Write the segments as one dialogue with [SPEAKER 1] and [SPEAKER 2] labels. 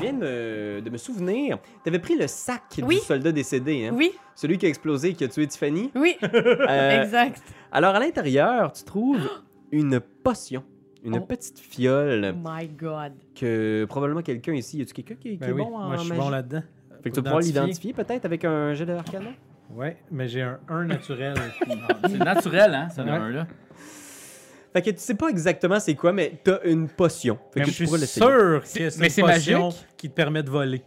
[SPEAKER 1] viens de me, de me souvenir. T'avais pris le sac
[SPEAKER 2] Oui.
[SPEAKER 1] du soldat décédé, hein?
[SPEAKER 2] Oui,
[SPEAKER 1] Celui qui a explosé et qui a tué Tiffany.
[SPEAKER 2] oui,
[SPEAKER 1] Euh,
[SPEAKER 2] exact.
[SPEAKER 1] alors, à l'intérieur, tu trouves une potion. Une
[SPEAKER 2] Oh.
[SPEAKER 1] petite fiole
[SPEAKER 2] My God. que
[SPEAKER 1] que probablement quelqu'un ici, y a-tu quelqu'un qui, qui
[SPEAKER 3] Ben
[SPEAKER 1] est
[SPEAKER 3] oui,
[SPEAKER 1] bon en
[SPEAKER 3] moi je suis
[SPEAKER 1] magie?
[SPEAKER 3] bon là-dedans.
[SPEAKER 1] Fait que tu vas pouvoir l'identifier peut-être avec un jet d'arcana?
[SPEAKER 3] Ouais, mais j'ai un 1 naturel.
[SPEAKER 4] C'est naturel, hein, ce
[SPEAKER 3] Ouais.
[SPEAKER 4] number-là.
[SPEAKER 1] Fait que tu sais pas exactement c'est quoi, mais t'as une potion. Fait que
[SPEAKER 3] mais Ben, je
[SPEAKER 1] tu
[SPEAKER 3] suis
[SPEAKER 1] pourras l'essayer.
[SPEAKER 3] sûr que c'est
[SPEAKER 4] mais
[SPEAKER 3] une
[SPEAKER 4] c'est
[SPEAKER 3] potion
[SPEAKER 4] magique.
[SPEAKER 3] qui te permet de voler.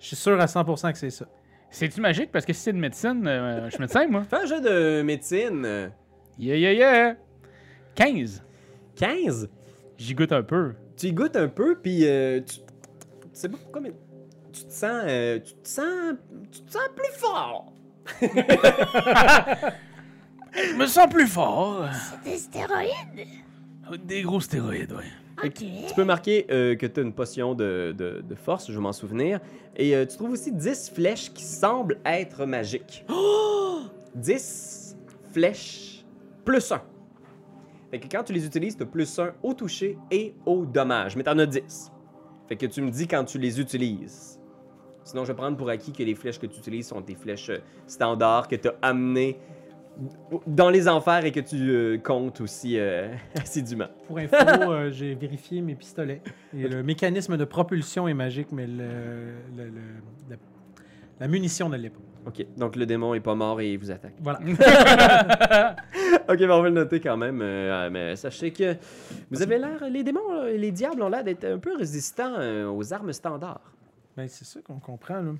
[SPEAKER 3] Je suis sûr à 100% que c'est ça.
[SPEAKER 4] C'est-tu magique? Parce que si c'est de médecine, euh, je suis médecin, moi.
[SPEAKER 1] Fais un jet de médecine.
[SPEAKER 4] Yeah, yeah, yeah! 15.
[SPEAKER 1] 15?
[SPEAKER 4] J'y goûte un peu.
[SPEAKER 1] tu y goûtes un peu, puis euh, tu, tu sais pas pourquoi, mais tu te sens, euh, tu te sens, tu te sens plus fort.
[SPEAKER 4] Je me sens plus fort.
[SPEAKER 5] Des stéroïdes?
[SPEAKER 4] Des gros stéroïdes, ouais.
[SPEAKER 5] Ok.
[SPEAKER 1] Tu peux marquer euh, que tu as une potion de, de- de force, je vais m'en souvenir. Et euh, tu trouves aussi 10 flèches qui semblent être magiques. 10 flèches plus 1. Fait que quand tu les utilises, tu as plus 1 au toucher et au dommage. Mais t'en as 10. Fait que tu me dis quand tu les utilises. Sinon, je vais prendre pour acquis que les flèches que tu utilises sont des flèches euh, standards que tu as amenées dans les enfers et que tu euh, comptes aussi euh, assidûment.
[SPEAKER 3] Pour info, euh, j'ai vérifié mes pistolets. Et le mécanisme de propulsion est magique, mais le, le- le- la, la munition ne l'est pas.
[SPEAKER 1] Ok, donc le démon est pas mort et il vous attaque.
[SPEAKER 3] Voilà.
[SPEAKER 1] Ok, ben on va le noter quand même. euh, euh, mais sachez que vous avez l'air, les démons euh, et les diables ont l'air d'être un peu résistants euh, aux armes standards.
[SPEAKER 3] Ben, c'est ça qu'on comprend. Là.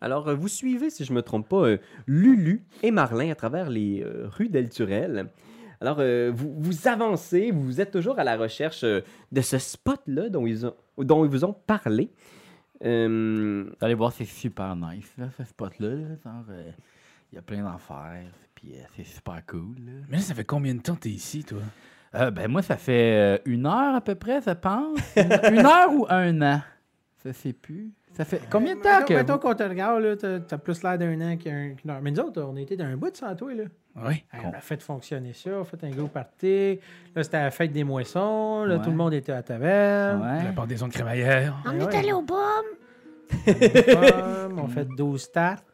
[SPEAKER 1] Alors, euh, vous suivez, si je me trompe pas, euh, Lulu et Marlin à travers les euh, rues d'Elturel. Alors, euh, vous, vous avancez, vous êtes toujours à la recherche euh, de ce spot-là dont ils, ont, dont ils vous ont parlé. Euh,
[SPEAKER 6] Allez voir, c'est super nice, là, ce spot-là. là, genre, euh, Il y a plein d'enfers, puis euh, c'est super cool. là.
[SPEAKER 4] Mais là, ça fait combien de temps que t'es ici, toi?
[SPEAKER 6] Euh, ben moi, ça fait euh, une heure à peu près, je pense. une heure ou un an? Ça sais plus. Ça fait combien de temps
[SPEAKER 3] Mettons-
[SPEAKER 6] que...
[SPEAKER 3] Mettons qu'on te regarde, là, t'as, t'as plus l'air d'un an qu'un- qu'une heure. Mais nous autres, on était d'un bout de sans toi, là.
[SPEAKER 4] Oui.
[SPEAKER 3] Hey, On a fait fonctionner ça, on a fait un gros party. Là, c'était la fête des moissons. Là,
[SPEAKER 6] Ouais.
[SPEAKER 3] tout le monde était à la taverne.
[SPEAKER 6] Ouais.
[SPEAKER 4] La part des ondes crémaillères.
[SPEAKER 5] On
[SPEAKER 3] Mais ouais.
[SPEAKER 5] est allé au baume.
[SPEAKER 3] Pomme, on fait 12 tartes.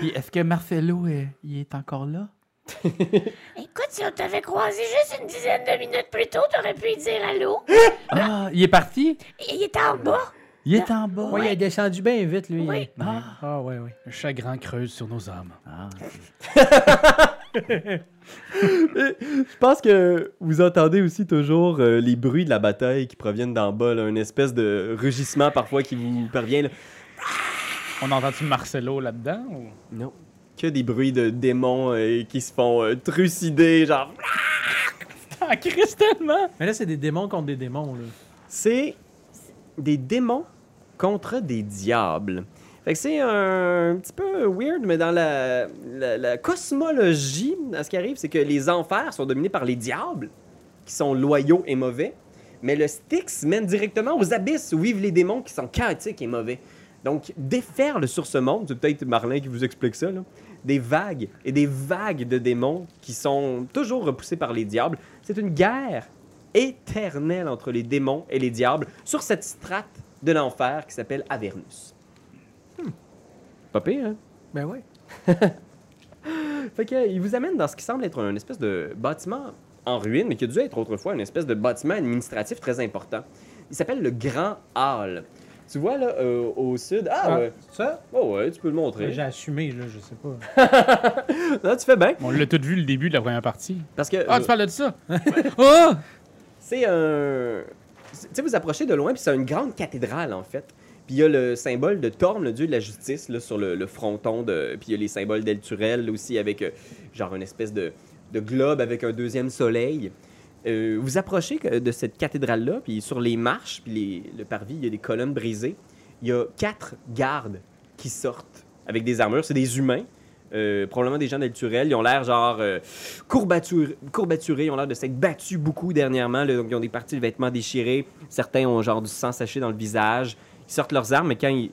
[SPEAKER 6] Puis est-ce que Marcelo, euh, il est encore là?
[SPEAKER 5] Écoute, si on t'avait croisé juste une dizaine de minutes plus tôt, t'aurais pu lui dire allô.
[SPEAKER 6] Ah, il est parti?
[SPEAKER 5] Et Il était en bas.
[SPEAKER 6] Il est en bas?
[SPEAKER 3] Oui, il est descendu bien vite, lui.
[SPEAKER 5] Oui.
[SPEAKER 3] Ah, ah ouais, oui.
[SPEAKER 4] Le chagrin creuse sur nos âmes.
[SPEAKER 6] Ah,
[SPEAKER 1] Je pense que vous entendez aussi toujours euh, les bruits de la bataille qui proviennent d'en bas, là, une espèce de rugissement parfois qui vous parvient. là.
[SPEAKER 4] On a entendu Marcelo là-dedans? Ou...
[SPEAKER 1] Non. Que des bruits de démons euh, qui se font euh, trucider, genre.
[SPEAKER 4] Ah, Christ, tellement!
[SPEAKER 3] Mais là, c'est des démons contre des démons, là.
[SPEAKER 1] C'est des démons contre des diables. Fait que c'est un, petit peu weird, mais dans la, la- la cosmologie, ce qui arrive, c'est que les enfers sont dominés par les diables, qui sont loyaux et mauvais. Mais le Styx mène directement aux abysses où vivent les démons qui sont chaotiques et mauvais. Donc, déferle sur ce monde, c'est peut-être Marlin qui vous explique ça, là, des vagues et des vagues de démons qui sont toujours repoussés par les diables. C'est une guerre éternelle entre les démons et les diables sur cette strate de l'enfer qui s'appelle Avernus. Hmm. Pas pire, hein?
[SPEAKER 3] Ben oui.
[SPEAKER 1] Fait que, euh, il vous amène dans ce qui semble être un espèce de bâtiment en ruine, mais qui a dû être autrefois une espèce de bâtiment administratif très important. Il s'appelle le Grand Hall. Tu vois, là, euh, au sud... Ah, ouais.
[SPEAKER 3] Ça,
[SPEAKER 1] Oh, ouais, tu peux le
[SPEAKER 3] ben,
[SPEAKER 1] montrer.
[SPEAKER 3] j'ai assumé, là, je sais pas.
[SPEAKER 1] Non, tu fais bien.
[SPEAKER 4] On l'a tout vu le début de la première partie.
[SPEAKER 1] Parce que...
[SPEAKER 4] Ah,
[SPEAKER 1] euh,
[SPEAKER 4] tu parles de ça? oh!
[SPEAKER 1] C'est un. Tu sais, vous approchez de loin, puis c'est une grande cathédrale, en fait. Puis il y a le symbole de Torm, le dieu de la justice, là, sur le, le fronton. De... Puis il y a les symboles d'Elturel aussi, avec euh, genre une espèce de, de globe avec un deuxième soleil. Euh, vous approchez que- de cette cathédrale-là, puis sur les marches, puis les- le parvis, il y a des colonnes brisées. Il y a quatre gardes qui sortent avec des armures. C'est des humains, euh, probablement des gens d'Elturel. Ils ont l'air genre. euh, courbatur- courbaturés, ils ont l'air de s'être battus beaucoup dernièrement. là. donc, ils ont des parties de vêtements déchirées. Certains ont genre du sang saché dans le visage. Ils sortent leurs armes, mais quand ils.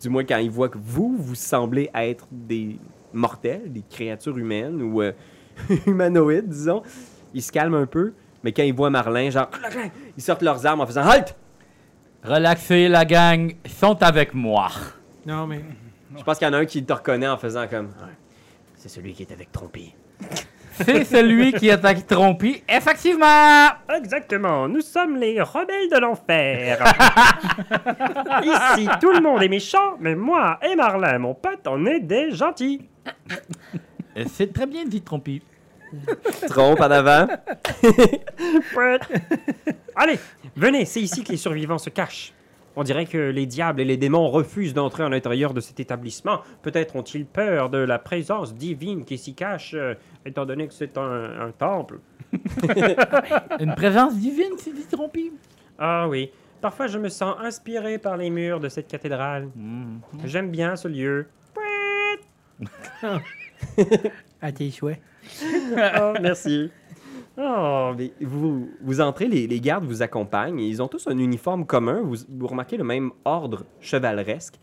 [SPEAKER 1] Du moins, quand ils voient que vous, vous semblez être des mortels, des créatures humaines ou euh, humanoïdes, disons, Oh, ils se calment un peu. Mais quand ils voient Marlin, genre. Ils sortent leurs armes en faisant Halt
[SPEAKER 6] Relaxez, la gang. Ils sont avec moi.
[SPEAKER 3] Non, mais.
[SPEAKER 1] Je pense qu'il y en a un qui te reconnaît en faisant comme. Ouais. C'est celui qui est avec Trompy.
[SPEAKER 6] C'est celui qui attaque Trompi. Effectivement!
[SPEAKER 2] Exactement, nous sommes les rebelles de l'enfer. Ici, tout le monde est méchant, mais moi et Marlin, mon pote, on est des gentils.
[SPEAKER 6] Euh, C'est très bien dit, Trompi.
[SPEAKER 1] Trompe en avant.
[SPEAKER 2] Ouais. Allez, venez, c'est ici que les survivants se cachent. On dirait que les diables et les démons refusent d'entrer à l'intérieur de cet établissement. Peut-être ont-ils peur de la présence divine qui s'y cache, euh, étant donné que c'est un, un temple.
[SPEAKER 6] Une présence divine, c'est dit Trompi.
[SPEAKER 2] Ah oui, parfois je me sens inspiré par les murs de cette cathédrale.
[SPEAKER 6] Hmm.
[SPEAKER 2] J'aime bien ce lieu.
[SPEAKER 3] À tes souhaits.
[SPEAKER 1] Oh, merci. Oh, mais vous, vous entrez, les, les gardes vous accompagnent. et Ils ont tous un uniforme commun. Vous, vous remarquez le même ordre chevaleresque.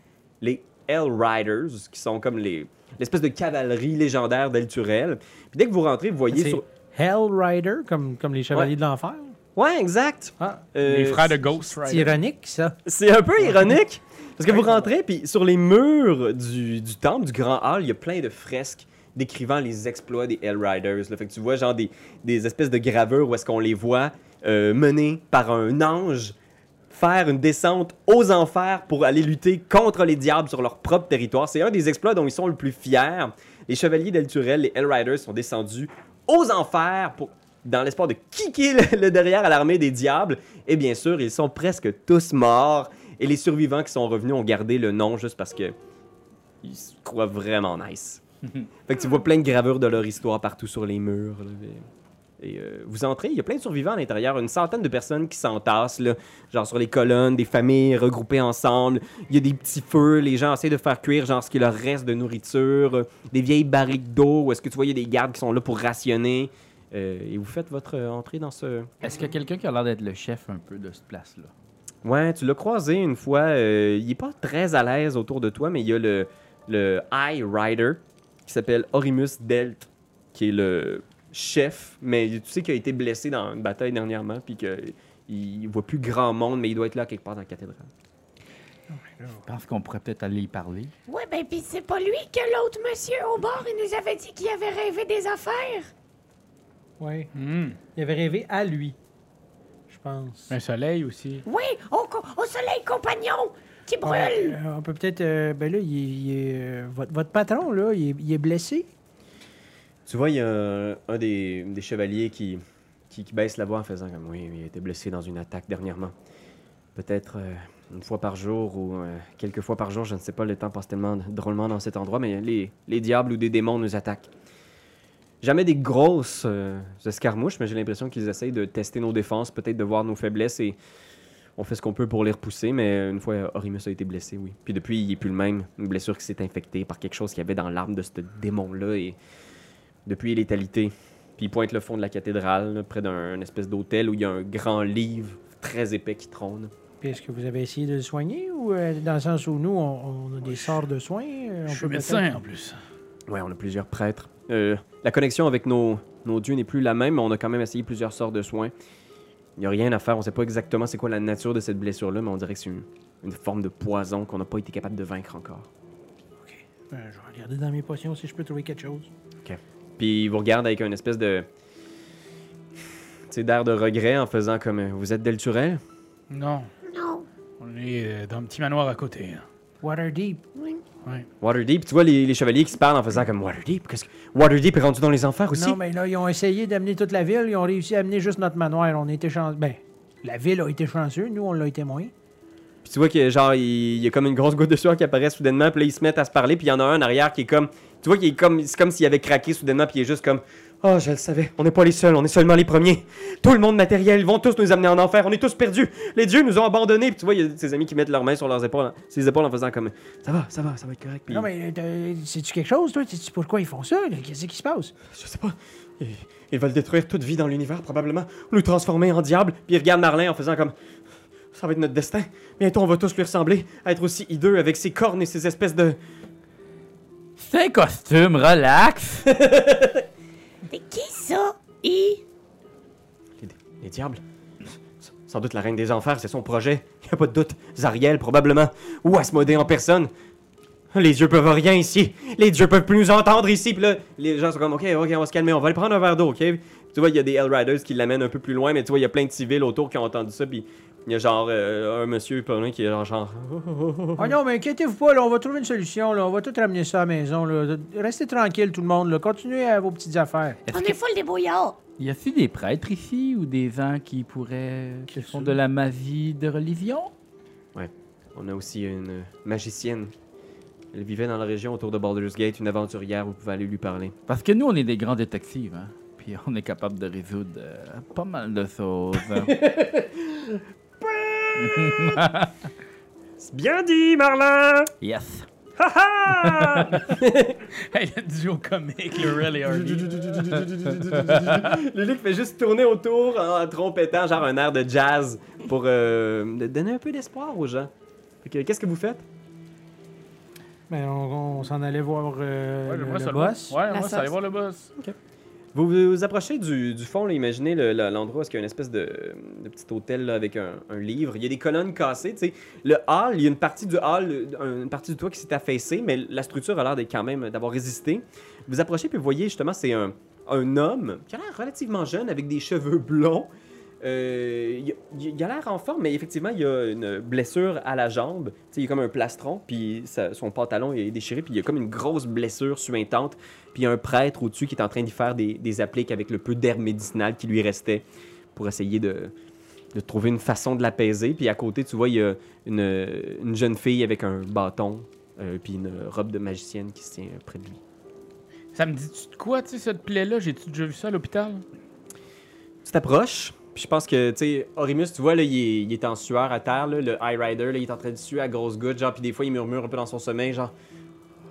[SPEAKER 1] Les Hell Riders, qui sont comme les l'espèce de cavalerie légendaire d'Elturel. Puis dès que vous rentrez, vous voyez
[SPEAKER 3] C'est
[SPEAKER 1] sur...
[SPEAKER 3] Hell Rider, comme, comme les Chevaliers
[SPEAKER 1] Ouais.
[SPEAKER 3] de l'Enfer.
[SPEAKER 1] Ouais, exact.
[SPEAKER 3] Ah,
[SPEAKER 1] Euh,
[SPEAKER 4] les frères de Ghost
[SPEAKER 3] c'est
[SPEAKER 4] Rider.
[SPEAKER 3] ironique, ça.
[SPEAKER 1] C'est un peu ironique. Parce que vous rentrez, puis sur les murs du, du temple, du grand hall, il y a plein de fresques décrivant les exploits des Hell Riders. là. Fait que tu vois genre des, des espèces de gravures où est-ce qu'on les voit euh, menés par un ange faire une descente aux enfers pour aller lutter contre les diables sur leur propre territoire. C'est un des exploits dont ils sont le plus fiers. Les chevaliers d'Elturel, les Hell Riders, sont descendus aux enfers pour, dans l'espoir de kicker le, le derrière à l'armée des diables. Et bien sûr, ils sont presque tous morts. Et les survivants qui sont revenus ont gardé le nom juste parce que ils se croient vraiment nice. fait que tu vois plein de gravures de leur histoire partout sur les murs. là, et- Et euh, vous entrez, il y a plein de survivants à l'intérieur, une centaine de personnes qui s'entassent, là, genre sur les colonnes, des familles regroupées ensemble. Il y a des petits feux, les gens essaient de faire cuire genre ce qui leur reste de nourriture, euh, des vieilles barriques d'eau, où est-ce que tu vois, il y a des gardes qui sont là pour rationner. Euh, et vous faites votre euh, entrée dans ce...
[SPEAKER 6] Est-ce qu'il y a quelqu'un qui a l'air d'être le chef un peu de cette place-là?
[SPEAKER 1] Ouais, tu l'as croisé une fois. euh, il est pas très à l'aise autour de toi, mais il y a le, le High Rider qui s'appelle Orimus Delt, qui est le chef, mais tu sais qu'il a été blessé dans une bataille dernièrement, puis qu'il il voit plus grand monde, mais il doit être là quelque part dans la cathédrale.
[SPEAKER 6] Je pense qu'on pourrait peut-être aller y parler.
[SPEAKER 5] Ouais, ben pis c'est pas lui que l'autre monsieur au bord, il nous avait dit qu'il avait rêvé des affaires.
[SPEAKER 3] Oui.
[SPEAKER 4] Hmm.
[SPEAKER 3] Il avait rêvé à lui, je pense.
[SPEAKER 4] Un soleil aussi.
[SPEAKER 5] Oui, au, co- au soleil compagnon qui brûle.
[SPEAKER 3] Euh, on peut peut-être. euh, ben là, il est, il est, euh, votre, votre patron, là, il est, il est blessé.
[SPEAKER 1] Tu vois, il y a un, un des, des chevaliers qui, qui, qui baisse la voix en faisant comme oui, il a été blessé dans une attaque dernièrement. Peut-être euh, une fois par jour ou euh, quelques fois par jour, je ne sais pas, le temps passe tellement drôlement dans cet endroit, mais les, les diables ou des démons nous attaquent. Jamais des grosses euh, escarmouches, mais j'ai l'impression qu'ils essayent de tester nos défenses, peut-être de voir nos faiblesses et on fait ce qu'on peut pour les repousser, mais une fois, Orimus a été blessé, oui. Puis depuis, il n'est plus le même. Une blessure qui s'est infectée par quelque chose qu'il y avait dans l'arme de ce démon-là et depuis il est alité. Puis il pointe le fond de la cathédrale, là, près d'un espèce d'hôtel où il y a un grand livre très épais qui trône.
[SPEAKER 3] Puis est-ce que vous avez essayé de le soigner ou euh, dans le sens où nous, on, on a des sorts de soins euh, on
[SPEAKER 4] Je suis
[SPEAKER 3] peut
[SPEAKER 4] médecin
[SPEAKER 3] peut-être-
[SPEAKER 4] en plus.
[SPEAKER 1] Ouais, on a plusieurs prêtres. Euh, la connexion avec nos, nos dieux n'est plus la même, mais on a quand même essayé plusieurs sortes de soins. Il n'y a rien à faire, on sait pas exactement c'est quoi la nature de cette blessure-là, mais on dirait que c'est une, une forme de poison qu'on n'a pas été capable de vaincre encore.
[SPEAKER 3] Euh, je vais regarder dans mes potions si je peux trouver quelque chose.
[SPEAKER 1] Puis il vous regarde avec une espèce de. Tu sais, d'air de regret en faisant comme euh, Vous êtes Delturel
[SPEAKER 4] Non,
[SPEAKER 5] Non.
[SPEAKER 4] on est euh, dans un petit manoir à côté. hein.
[SPEAKER 3] Waterdeep.
[SPEAKER 1] Waterdeep, tu vois les, les chevaliers qui se parlent en faisant comme Waterdeep, qu'est-ce que. Waterdeep est rendu dans les enfers aussi
[SPEAKER 3] Non, mais là, ils ont essayé d'amener toute la ville. Ils ont réussi à amener juste notre manoir. On était chanceux. Ben, la ville a été chanceuse. Nous, on l'a été moins.
[SPEAKER 1] Puis tu vois que genre, il il y a comme une grosse goutte de sueur qui apparaît soudainement, puis là, ils se mettent à se parler, puis il y en a un en arrière qui est comme. Tu vois qu'il est comme. C'est comme s'il avait craqué soudainement, puis il est juste comme. Oh, je le savais, on n'est pas les seuls, on est seulement les premiers. Tout le monde matériel, ils vont tous nous amener en enfer, on est tous perdus. Les dieux nous ont abandonnés. Puis tu vois, il y a ses amis qui mettent leurs mains sur leurs épaules, ses épaules en faisant comme. Ça va, ça va, ça va être correct. Puis
[SPEAKER 3] Non, mais euh, sais-tu quelque chose, toi? Sais-tu pourquoi ils font ça? là? Qu'est-ce qui se passe?
[SPEAKER 1] Je sais pas. Ils, ils veulent détruire toute vie dans l'univers, probablement. Nous transformer en diable. Puis ils regardent Marlin en faisant comme. Ça va être notre destin. Bientôt, on va tous lui ressembler. Être aussi hideux avec ses cornes et ses espèces de.
[SPEAKER 6] C'est un costume, relax!
[SPEAKER 5] Mais qui ça? I?
[SPEAKER 1] Les, les diables. Ça, Sans doute la Reine des Enfers, c'est son projet. Y a pas de doute. Zariel, probablement. Ou Asmodée en personne. Les dieux peuvent rien ici. Les dieux peuvent plus nous entendre ici. Puis là, les gens sont comme, OK, OK, on va se calmer. On va aller prendre un verre d'eau, OK? Tu vois, il y a des Hellriders qui l'amènent un peu plus loin, mais tu vois, il y a plein de civils autour qui ont entendu ça. Puis il y a genre euh, un monsieur pas loin qui est genre, genre
[SPEAKER 3] Oh non, mais inquiétez-vous pas, là, on va trouver une solution, là, on va tout ramener ça à la maison. Là. Restez tranquille, tout le monde, là. continuez à vos petites affaires.
[SPEAKER 5] On est full des brouillards.
[SPEAKER 6] Y a-t-il des prêtres ici ou des gens qui pourraient. qui font de la magie de religion
[SPEAKER 1] On a aussi une magicienne. Elle vivait dans la région autour de Baldur's Gate, une aventurière, vous pouvez aller lui parler.
[SPEAKER 6] Parce que nous, on est des grands détectives, hein. Puis on est capable de résoudre euh, pas mal de choses. hein.
[SPEAKER 2] C'est bien dit, Marlin
[SPEAKER 6] yes.
[SPEAKER 2] Ha ha
[SPEAKER 4] Hey, le duo comique, le Rel et Hardy.
[SPEAKER 1] Lulic fait juste tourner autour en trompettant genre un air de jazz pour euh, de- donner un peu d'espoir aux gens. Fait que, Qu'est-ce que vous faites?
[SPEAKER 3] Mais Ben, on, on s'en allait voir euh,
[SPEAKER 4] Ouais,
[SPEAKER 3] le,
[SPEAKER 4] j'aimerais
[SPEAKER 3] le
[SPEAKER 4] ça le
[SPEAKER 3] boss.
[SPEAKER 4] voir. Ouais,
[SPEAKER 7] La
[SPEAKER 4] moi, ça allait
[SPEAKER 7] sauce.
[SPEAKER 4] voir le boss.
[SPEAKER 1] Vous vous approchez du, du fond, là, imaginez le- la- l'endroit où est-ce qu'il y a une espèce de, de petit hôtel là, avec un, un livre. Il y a des colonnes cassées, tu sais. Le hall, il y a une partie du hall, euh, une partie du toit qui s'est affaissée, mais la structure a l'air d'être quand même d'avoir résisté. Vous approchez puis vous voyez justement c'est un, un homme qui a l'air relativement jeune avec des cheveux blonds. Euh, il, il- il a l'air en forme, mais effectivement, il y a une blessure à la jambe. Tu sais, il y a comme un plastron, puis sa- son pantalon est déchiré, puis il y a comme une grosse blessure suintante. Puis il y a un prêtre au-dessus qui est en train d'y faire des, des appliques avec le peu d'herbe médicinale qui lui restait pour essayer de, de trouver une façon de l'apaiser. Puis à côté, tu vois, il y a une, une jeune fille avec un bâton, euh, puis une robe de magicienne qui se tient près de lui.
[SPEAKER 4] Ça me dit-tu de quoi, tu sais, cette plaie-là? J'ai-tu déjà vu ça à l'hôpital?
[SPEAKER 1] Tu t'approches, puis je pense que, tu sais, Orimus, tu vois, là, il est, il est en sueur à terre, là, le High Rider, là, il est en train de suer à grosses gouttes, genre, puis des fois, il murmure un peu dans son sommeil, genre,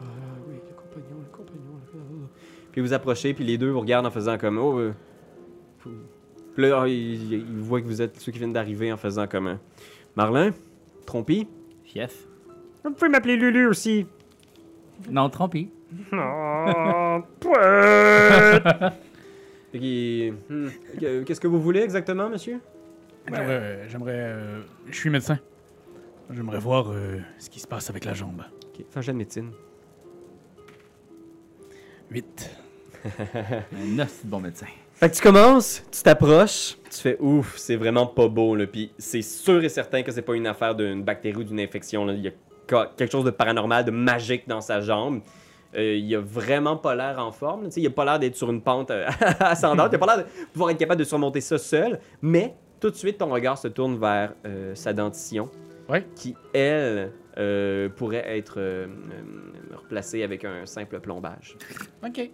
[SPEAKER 1] Ah oui, le compagnon, le compagnon, le compagnon. Puis vous approchez, puis les deux vous regardent en faisant comme, oh, euh, pou- Puis là, ah, il, il voit que vous êtes ceux qui viennent d'arriver en faisant comme, euh, Marlin, Trompi,
[SPEAKER 6] Yes.
[SPEAKER 2] Vous pouvez m'appeler Lulu aussi.
[SPEAKER 6] Non, trompé.
[SPEAKER 2] Oh, pouet.
[SPEAKER 1] Fait qu'il- Hmm. Euh, qu'est-ce que vous voulez exactement, monsieur?
[SPEAKER 4] J'aimerais. euh, j'aimerais, euh, je suis médecin. J'aimerais voir euh, ce qui se passe avec la jambe.
[SPEAKER 1] Ok, fais un jet de médecine.
[SPEAKER 4] Vite.
[SPEAKER 6] Un os de bon médecin.
[SPEAKER 1] Fait que tu commences, tu t'approches, tu fais ouf, c'est vraiment pas beau là. Puis c'est sûr et certain que c'est pas une affaire d'une bactérie ou d'une infection. là. Il y a ca- quelque chose de paranormal, de magique dans sa jambe. Euh, il a vraiment pas l'air en forme. là. Tu sais, Il a pas l'air d'être sur une pente euh, ascendante. Il a pas l'air de pouvoir être capable de surmonter ça seul. Mais tout de suite, ton regard se tourne vers euh, sa dentition,
[SPEAKER 4] Ouais.
[SPEAKER 1] qui elle euh, pourrait être euh, euh, replacée avec un simple plombage.
[SPEAKER 4] Ok.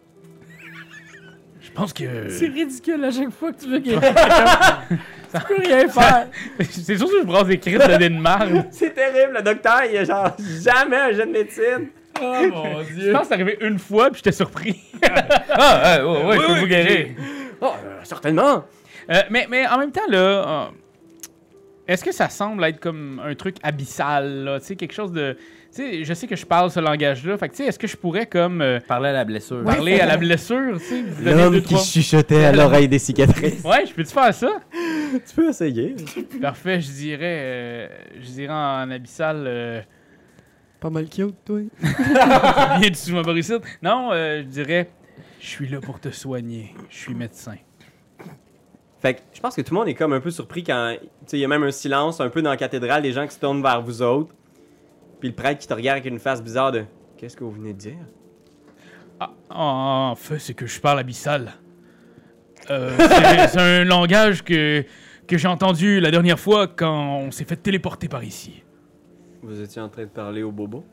[SPEAKER 4] Je pense que.
[SPEAKER 6] C'est ridicule à chaque fois que tu veux guérir. tu peux rien faire.
[SPEAKER 4] C'est sûr que je brasse des crises de dés de marde.
[SPEAKER 1] C'est terrible, le docteur, il a genre jamais un jeune médecine.
[SPEAKER 6] Oh mon
[SPEAKER 4] Je
[SPEAKER 6] dieu.
[SPEAKER 4] pense que c'est arrivé une fois puis j'étais surpris.
[SPEAKER 6] Ah, ouais, ouais, ouais, je peux vous guérir.
[SPEAKER 1] Oh, euh, certainement.
[SPEAKER 4] Euh, mais, mais en même temps, là, euh, est-ce que ça semble être comme un truc abyssal, là? Tu sais, quelque chose de. Tu sais, je sais que je parle ce langage-là. Fait que, tu sais, est-ce que je pourrais, comme, euh,
[SPEAKER 6] Parler à la blessure.
[SPEAKER 4] parler à la blessure, tu sais, vous donner deux, trois-
[SPEAKER 1] chuchotait à l'oreille des cicatrices.
[SPEAKER 4] Ouais, je peux-tu faire ça?
[SPEAKER 1] tu peux essayer.
[SPEAKER 4] Parfait, je dirais. euh, je dirais en abyssal. Euh,
[SPEAKER 7] Pas mal cute, toi.
[SPEAKER 4] viens du sous ici. Non, euh, je dirais. Je suis là pour te soigner. Je suis médecin.
[SPEAKER 1] Fait que je pense que tout le monde est comme un peu surpris quand. Tu sais, il y a même un silence un peu dans la cathédrale, les gens qui se tournent vers vous autres. Puis le prêtre qui te regarde avec une face bizarre de Qu'est-ce que vous venez de dire
[SPEAKER 4] Ah, en en fait, c'est que je parle abyssal. Euh, c'est- c'est un langage que, que j'ai entendu la dernière fois quand on s'est fait téléporter par ici.
[SPEAKER 1] Vous étiez en train de parler au bobo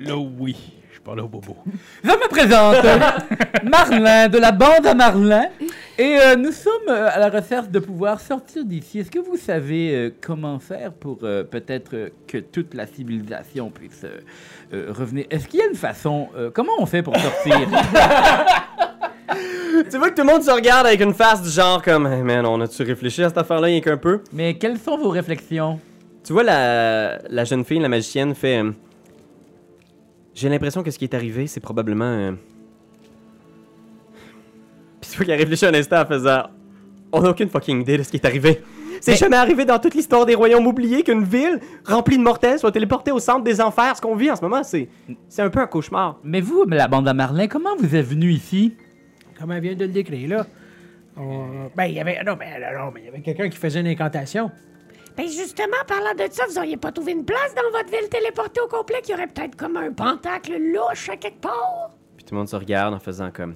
[SPEAKER 4] Là, oui, je parlais au bobo.
[SPEAKER 6] Je me présente, euh, Marlin, de la bande à Marlin. Et euh, nous sommes euh, à la recherche de pouvoir sortir d'ici. Est-ce que vous savez euh, comment faire pour euh, peut-être euh, que toute la civilisation puisse euh, euh, revenir Est-ce qu'il y a une façon euh, Comment on fait pour sortir
[SPEAKER 1] Tu vois que tout le monde se regarde avec une face du genre comme Hey man, on a-tu réfléchi à cette affaire-là rien qu'un peu
[SPEAKER 6] Mais quelles sont vos réflexions
[SPEAKER 1] Tu vois, la, la jeune fille, la magicienne, fait. euh, J'ai l'impression que ce qui est arrivé, c'est probablement. euh, Puis tu vois qu'elle réfléchit un instant en faisant. On n'a aucune fucking idée de ce qui est arrivé. C'est jamais arrivé dans toute l'histoire des royaumes oubliés qu'une ville remplie de mortels soit téléportée au centre des enfers. Ce qu'on vit en ce moment, c'est c'est un peu un cauchemar.
[SPEAKER 6] Mais vous, la bande à Marlin, comment vous êtes venu ici?
[SPEAKER 3] Comme elle vient de le décrire, là. On- Ben, il y avait. Non, mais, non, mais il y avait quelqu'un qui faisait une incantation.
[SPEAKER 5] Ben justement, parlant de ça, vous auriez pas trouvé une place dans votre ville téléportée au complet qui aurait peut-être comme un pentacle louche à quelque part?
[SPEAKER 1] Puis tout le monde se regarde en faisant comme.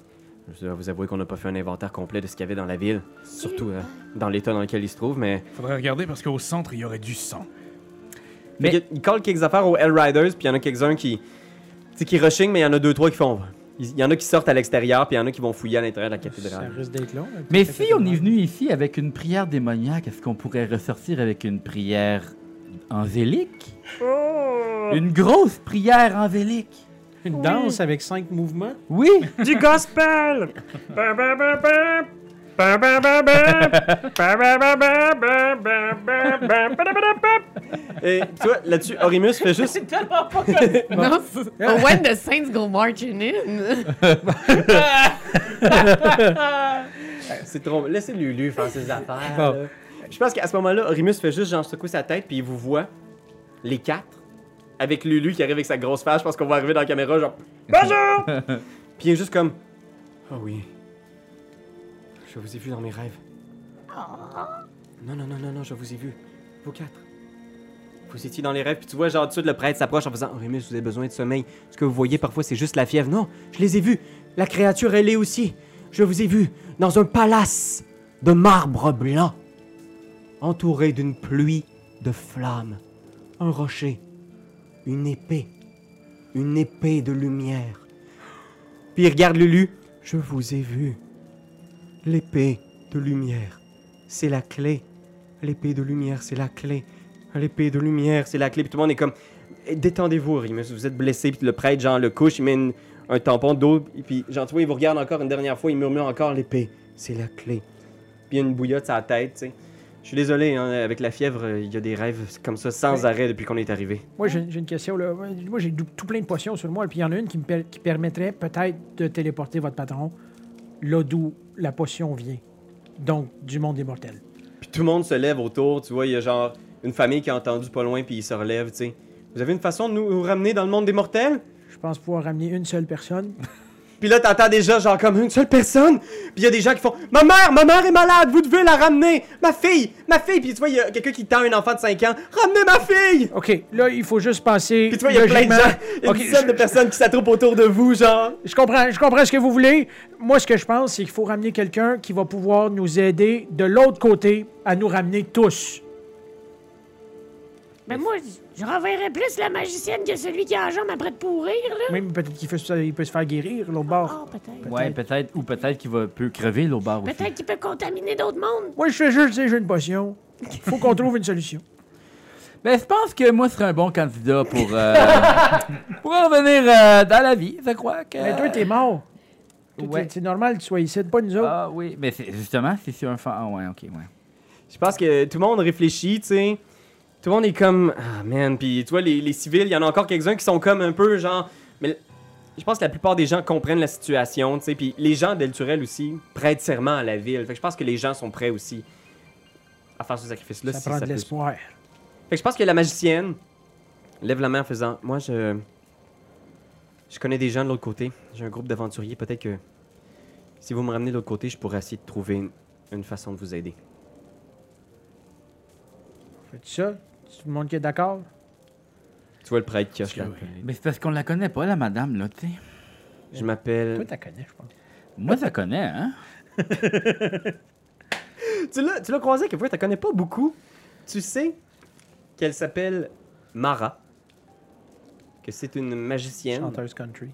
[SPEAKER 1] Je dois vous avouer qu'on n'a pas fait un inventaire complet de ce qu'il y avait dans la ville, surtout euh, dans l'état dans lequel il se trouve, mais.
[SPEAKER 4] Faudrait regarder parce qu'au centre, il y aurait du sang.
[SPEAKER 1] mais...
[SPEAKER 6] Mais-
[SPEAKER 1] il colle quelques affaires aux Hellriders, puis il y en a quelques-uns qui. Tu sais, qui rushing, mais il y en a deux, trois qui font. Il y en a qui sortent à l'extérieur, puis il y en a qui vont fouiller à l'intérieur de la
[SPEAKER 3] Ça
[SPEAKER 1] cathédrale.
[SPEAKER 3] risque d'être long. hein,
[SPEAKER 6] Mais
[SPEAKER 3] peut-être
[SPEAKER 6] si
[SPEAKER 3] que
[SPEAKER 6] on
[SPEAKER 3] demain.
[SPEAKER 6] est venu ici avec une prière démoniaque, est-ce qu'on pourrait ressortir avec une prière angélique?
[SPEAKER 2] Oh.
[SPEAKER 6] Une grosse prière angélique?
[SPEAKER 3] Une danse avec cinq mouvements.
[SPEAKER 6] Oui!
[SPEAKER 2] Du gospel Ba, ba, ba, ba. Ba, ba, ba, ba. Ba, ba, ba, ba, ba, ba, ba, ba, ba, da, ba, da, ba.
[SPEAKER 1] Et tu vois, là-dessus, Orimus fait juste.
[SPEAKER 7] Non, oh, when the saints go marching in.
[SPEAKER 1] C'est trop. Laissez Lulu faire ses affaires.
[SPEAKER 3] Bon.
[SPEAKER 1] là. Je pense qu'à ce moment-là, Orimus fait juste genre secouer sa tête, puis il vous voit, les quatre, avec Lulu qui arrive avec sa grosse face. Je pense qu'on va arriver dans la caméra, genre Bonjour Puis il est juste comme Ah oui. Je vous ai vu dans mes rêves. Non, non, non, non, non, je vous ai vu. Vous quatre. Vous étiez dans les rêves, puis tu vois, genre, dessus, le prêtre s'approche en faisant Orimus, vous avez besoin de sommeil. Ce que vous voyez parfois, c'est juste la fièvre. Non, je les ai vus. La créature, elle est aussi. Je vous ai vu dans un palace de marbre blanc, entouré d'une pluie de flammes, un rocher, une épée, une épée de lumière. Puis il regarde Lulu. Je vous ai vu. L'épée de lumière, c'est la clé. L'épée de lumière, c'est la clé. L'épée de lumière, c'est la clé. Puis tout le monde est comme, Eh, détendez-vous, Rimus, vous êtes blessé. Puis le prêtre, genre, le couche, il met une- un tampon d'eau. Et Puis, genre, tu vois, il vous regarde encore une dernière fois, il murmure encore l'épée, c'est la clé. Puis il y a une bouillotte à la tête, tu sais. Je suis désolé, hein, avec la fièvre, euh, il y a des rêves comme ça sans arrêt depuis qu'on est arrivé.
[SPEAKER 3] Moi, j'ai j'ai une question. Là. Moi, Moi, j'ai dou- tout plein de potions sur moi. Puis il y en a une qui me per- qui permettrait peut-être de téléporter votre patron là d'où la potion vient. Donc, du monde des mortels.
[SPEAKER 1] Puis tout le monde se lève autour, tu vois, il y a genre une famille qui a entendu pas loin, puis ils se relèvent, tu sais. Vous avez une façon de nous nous ramener dans le monde des mortels?
[SPEAKER 3] Je pense pouvoir ramener une seule personne.
[SPEAKER 1] Puis là, t'entends déjà, genre, comme une seule personne. Puis il y a des gens qui font Ma mère, ma mère est malade, vous devez la ramener. Ma fille, ma fille. Puis tu vois, il y a quelqu'un qui tend un enfant de 5 ans Ramenez ma fille
[SPEAKER 3] OK, là, il faut juste penser.
[SPEAKER 1] Puis tu vois, il y a plein de
[SPEAKER 3] logiquement.
[SPEAKER 1] gens, une
[SPEAKER 3] Ok,
[SPEAKER 1] dizaine de
[SPEAKER 3] je-
[SPEAKER 1] personnes qui s'attroupent autour de vous, genre.
[SPEAKER 3] Je comprends, je comprends ce que vous voulez. Moi, ce que je pense, c'est qu'il faut ramener quelqu'un qui va pouvoir nous aider de l'autre côté à nous ramener tous.
[SPEAKER 5] Ben moi, je- je renverrais plus la magicienne que celui qui a la jambe après de pourrir, là.
[SPEAKER 3] Même peut-être qu'il peut, se- il peut se faire guérir, l'autre bord.
[SPEAKER 5] Ah, peut-être.
[SPEAKER 6] Ouais, peut-être, ou peut-être qu'il va peut crever l'eau barre aussi.
[SPEAKER 5] Peut-être qu'il peut contaminer d'autres mondes.
[SPEAKER 3] Moi, je fais juste dire j'ai une potion. Faut qu'on trouve une solution.
[SPEAKER 6] Ben, je pense que moi, je serais un bon candidat pour, euh, pour revenir euh, dans la vie, je crois que...
[SPEAKER 3] Mais toi, t'es mort. Toi, t'es-
[SPEAKER 6] Ouais.
[SPEAKER 3] C'est normal que tu sois ici, pas nous autres.
[SPEAKER 6] Ah oui, mais c'est- justement, si c'est un fan... Ah ouais, ok, ouais.
[SPEAKER 1] Je pense que tout le monde réfléchit, tu sais. Tout le monde est comme Ah man, puis tu vois, les, les civils, il y en a encore quelques-uns qui sont comme un peu genre. Mais l- je pense que la plupart des gens comprennent la situation, tu sais. Puis les gens d'Elturel aussi prêtent serment à la ville. Fait que je pense que les gens sont prêts aussi à faire ce sacrifice-là.
[SPEAKER 3] ça
[SPEAKER 1] si
[SPEAKER 3] prend de
[SPEAKER 1] peut se
[SPEAKER 3] l'espoir.
[SPEAKER 1] fait que je pense que la magicienne lève la main en faisant Moi, je. Je connais des gens de l'autre côté. J'ai un groupe d'aventuriers. Peut-être que si vous me ramenez de l'autre côté, je pourrais essayer de trouver une, une façon de vous aider.
[SPEAKER 3] Fais-tu ça? Tout le monde qui est d'accord?
[SPEAKER 1] Tu vois le prêtre qui hoche
[SPEAKER 4] Parce que
[SPEAKER 1] la
[SPEAKER 4] oui.
[SPEAKER 1] tête.
[SPEAKER 6] Mais c'est parce qu'on la connaît pas, la madame, là, tu sais.
[SPEAKER 1] Je m'appelle.
[SPEAKER 3] Toi, t'as connais, je pense.
[SPEAKER 6] Moi, je la connais, hein.
[SPEAKER 1] Tu l'as, tu l'as croisée quelquefois, tu la connais pas beaucoup. Tu sais qu'elle s'appelle Mara. Que c'est une magicienne
[SPEAKER 3] Chanteuse country.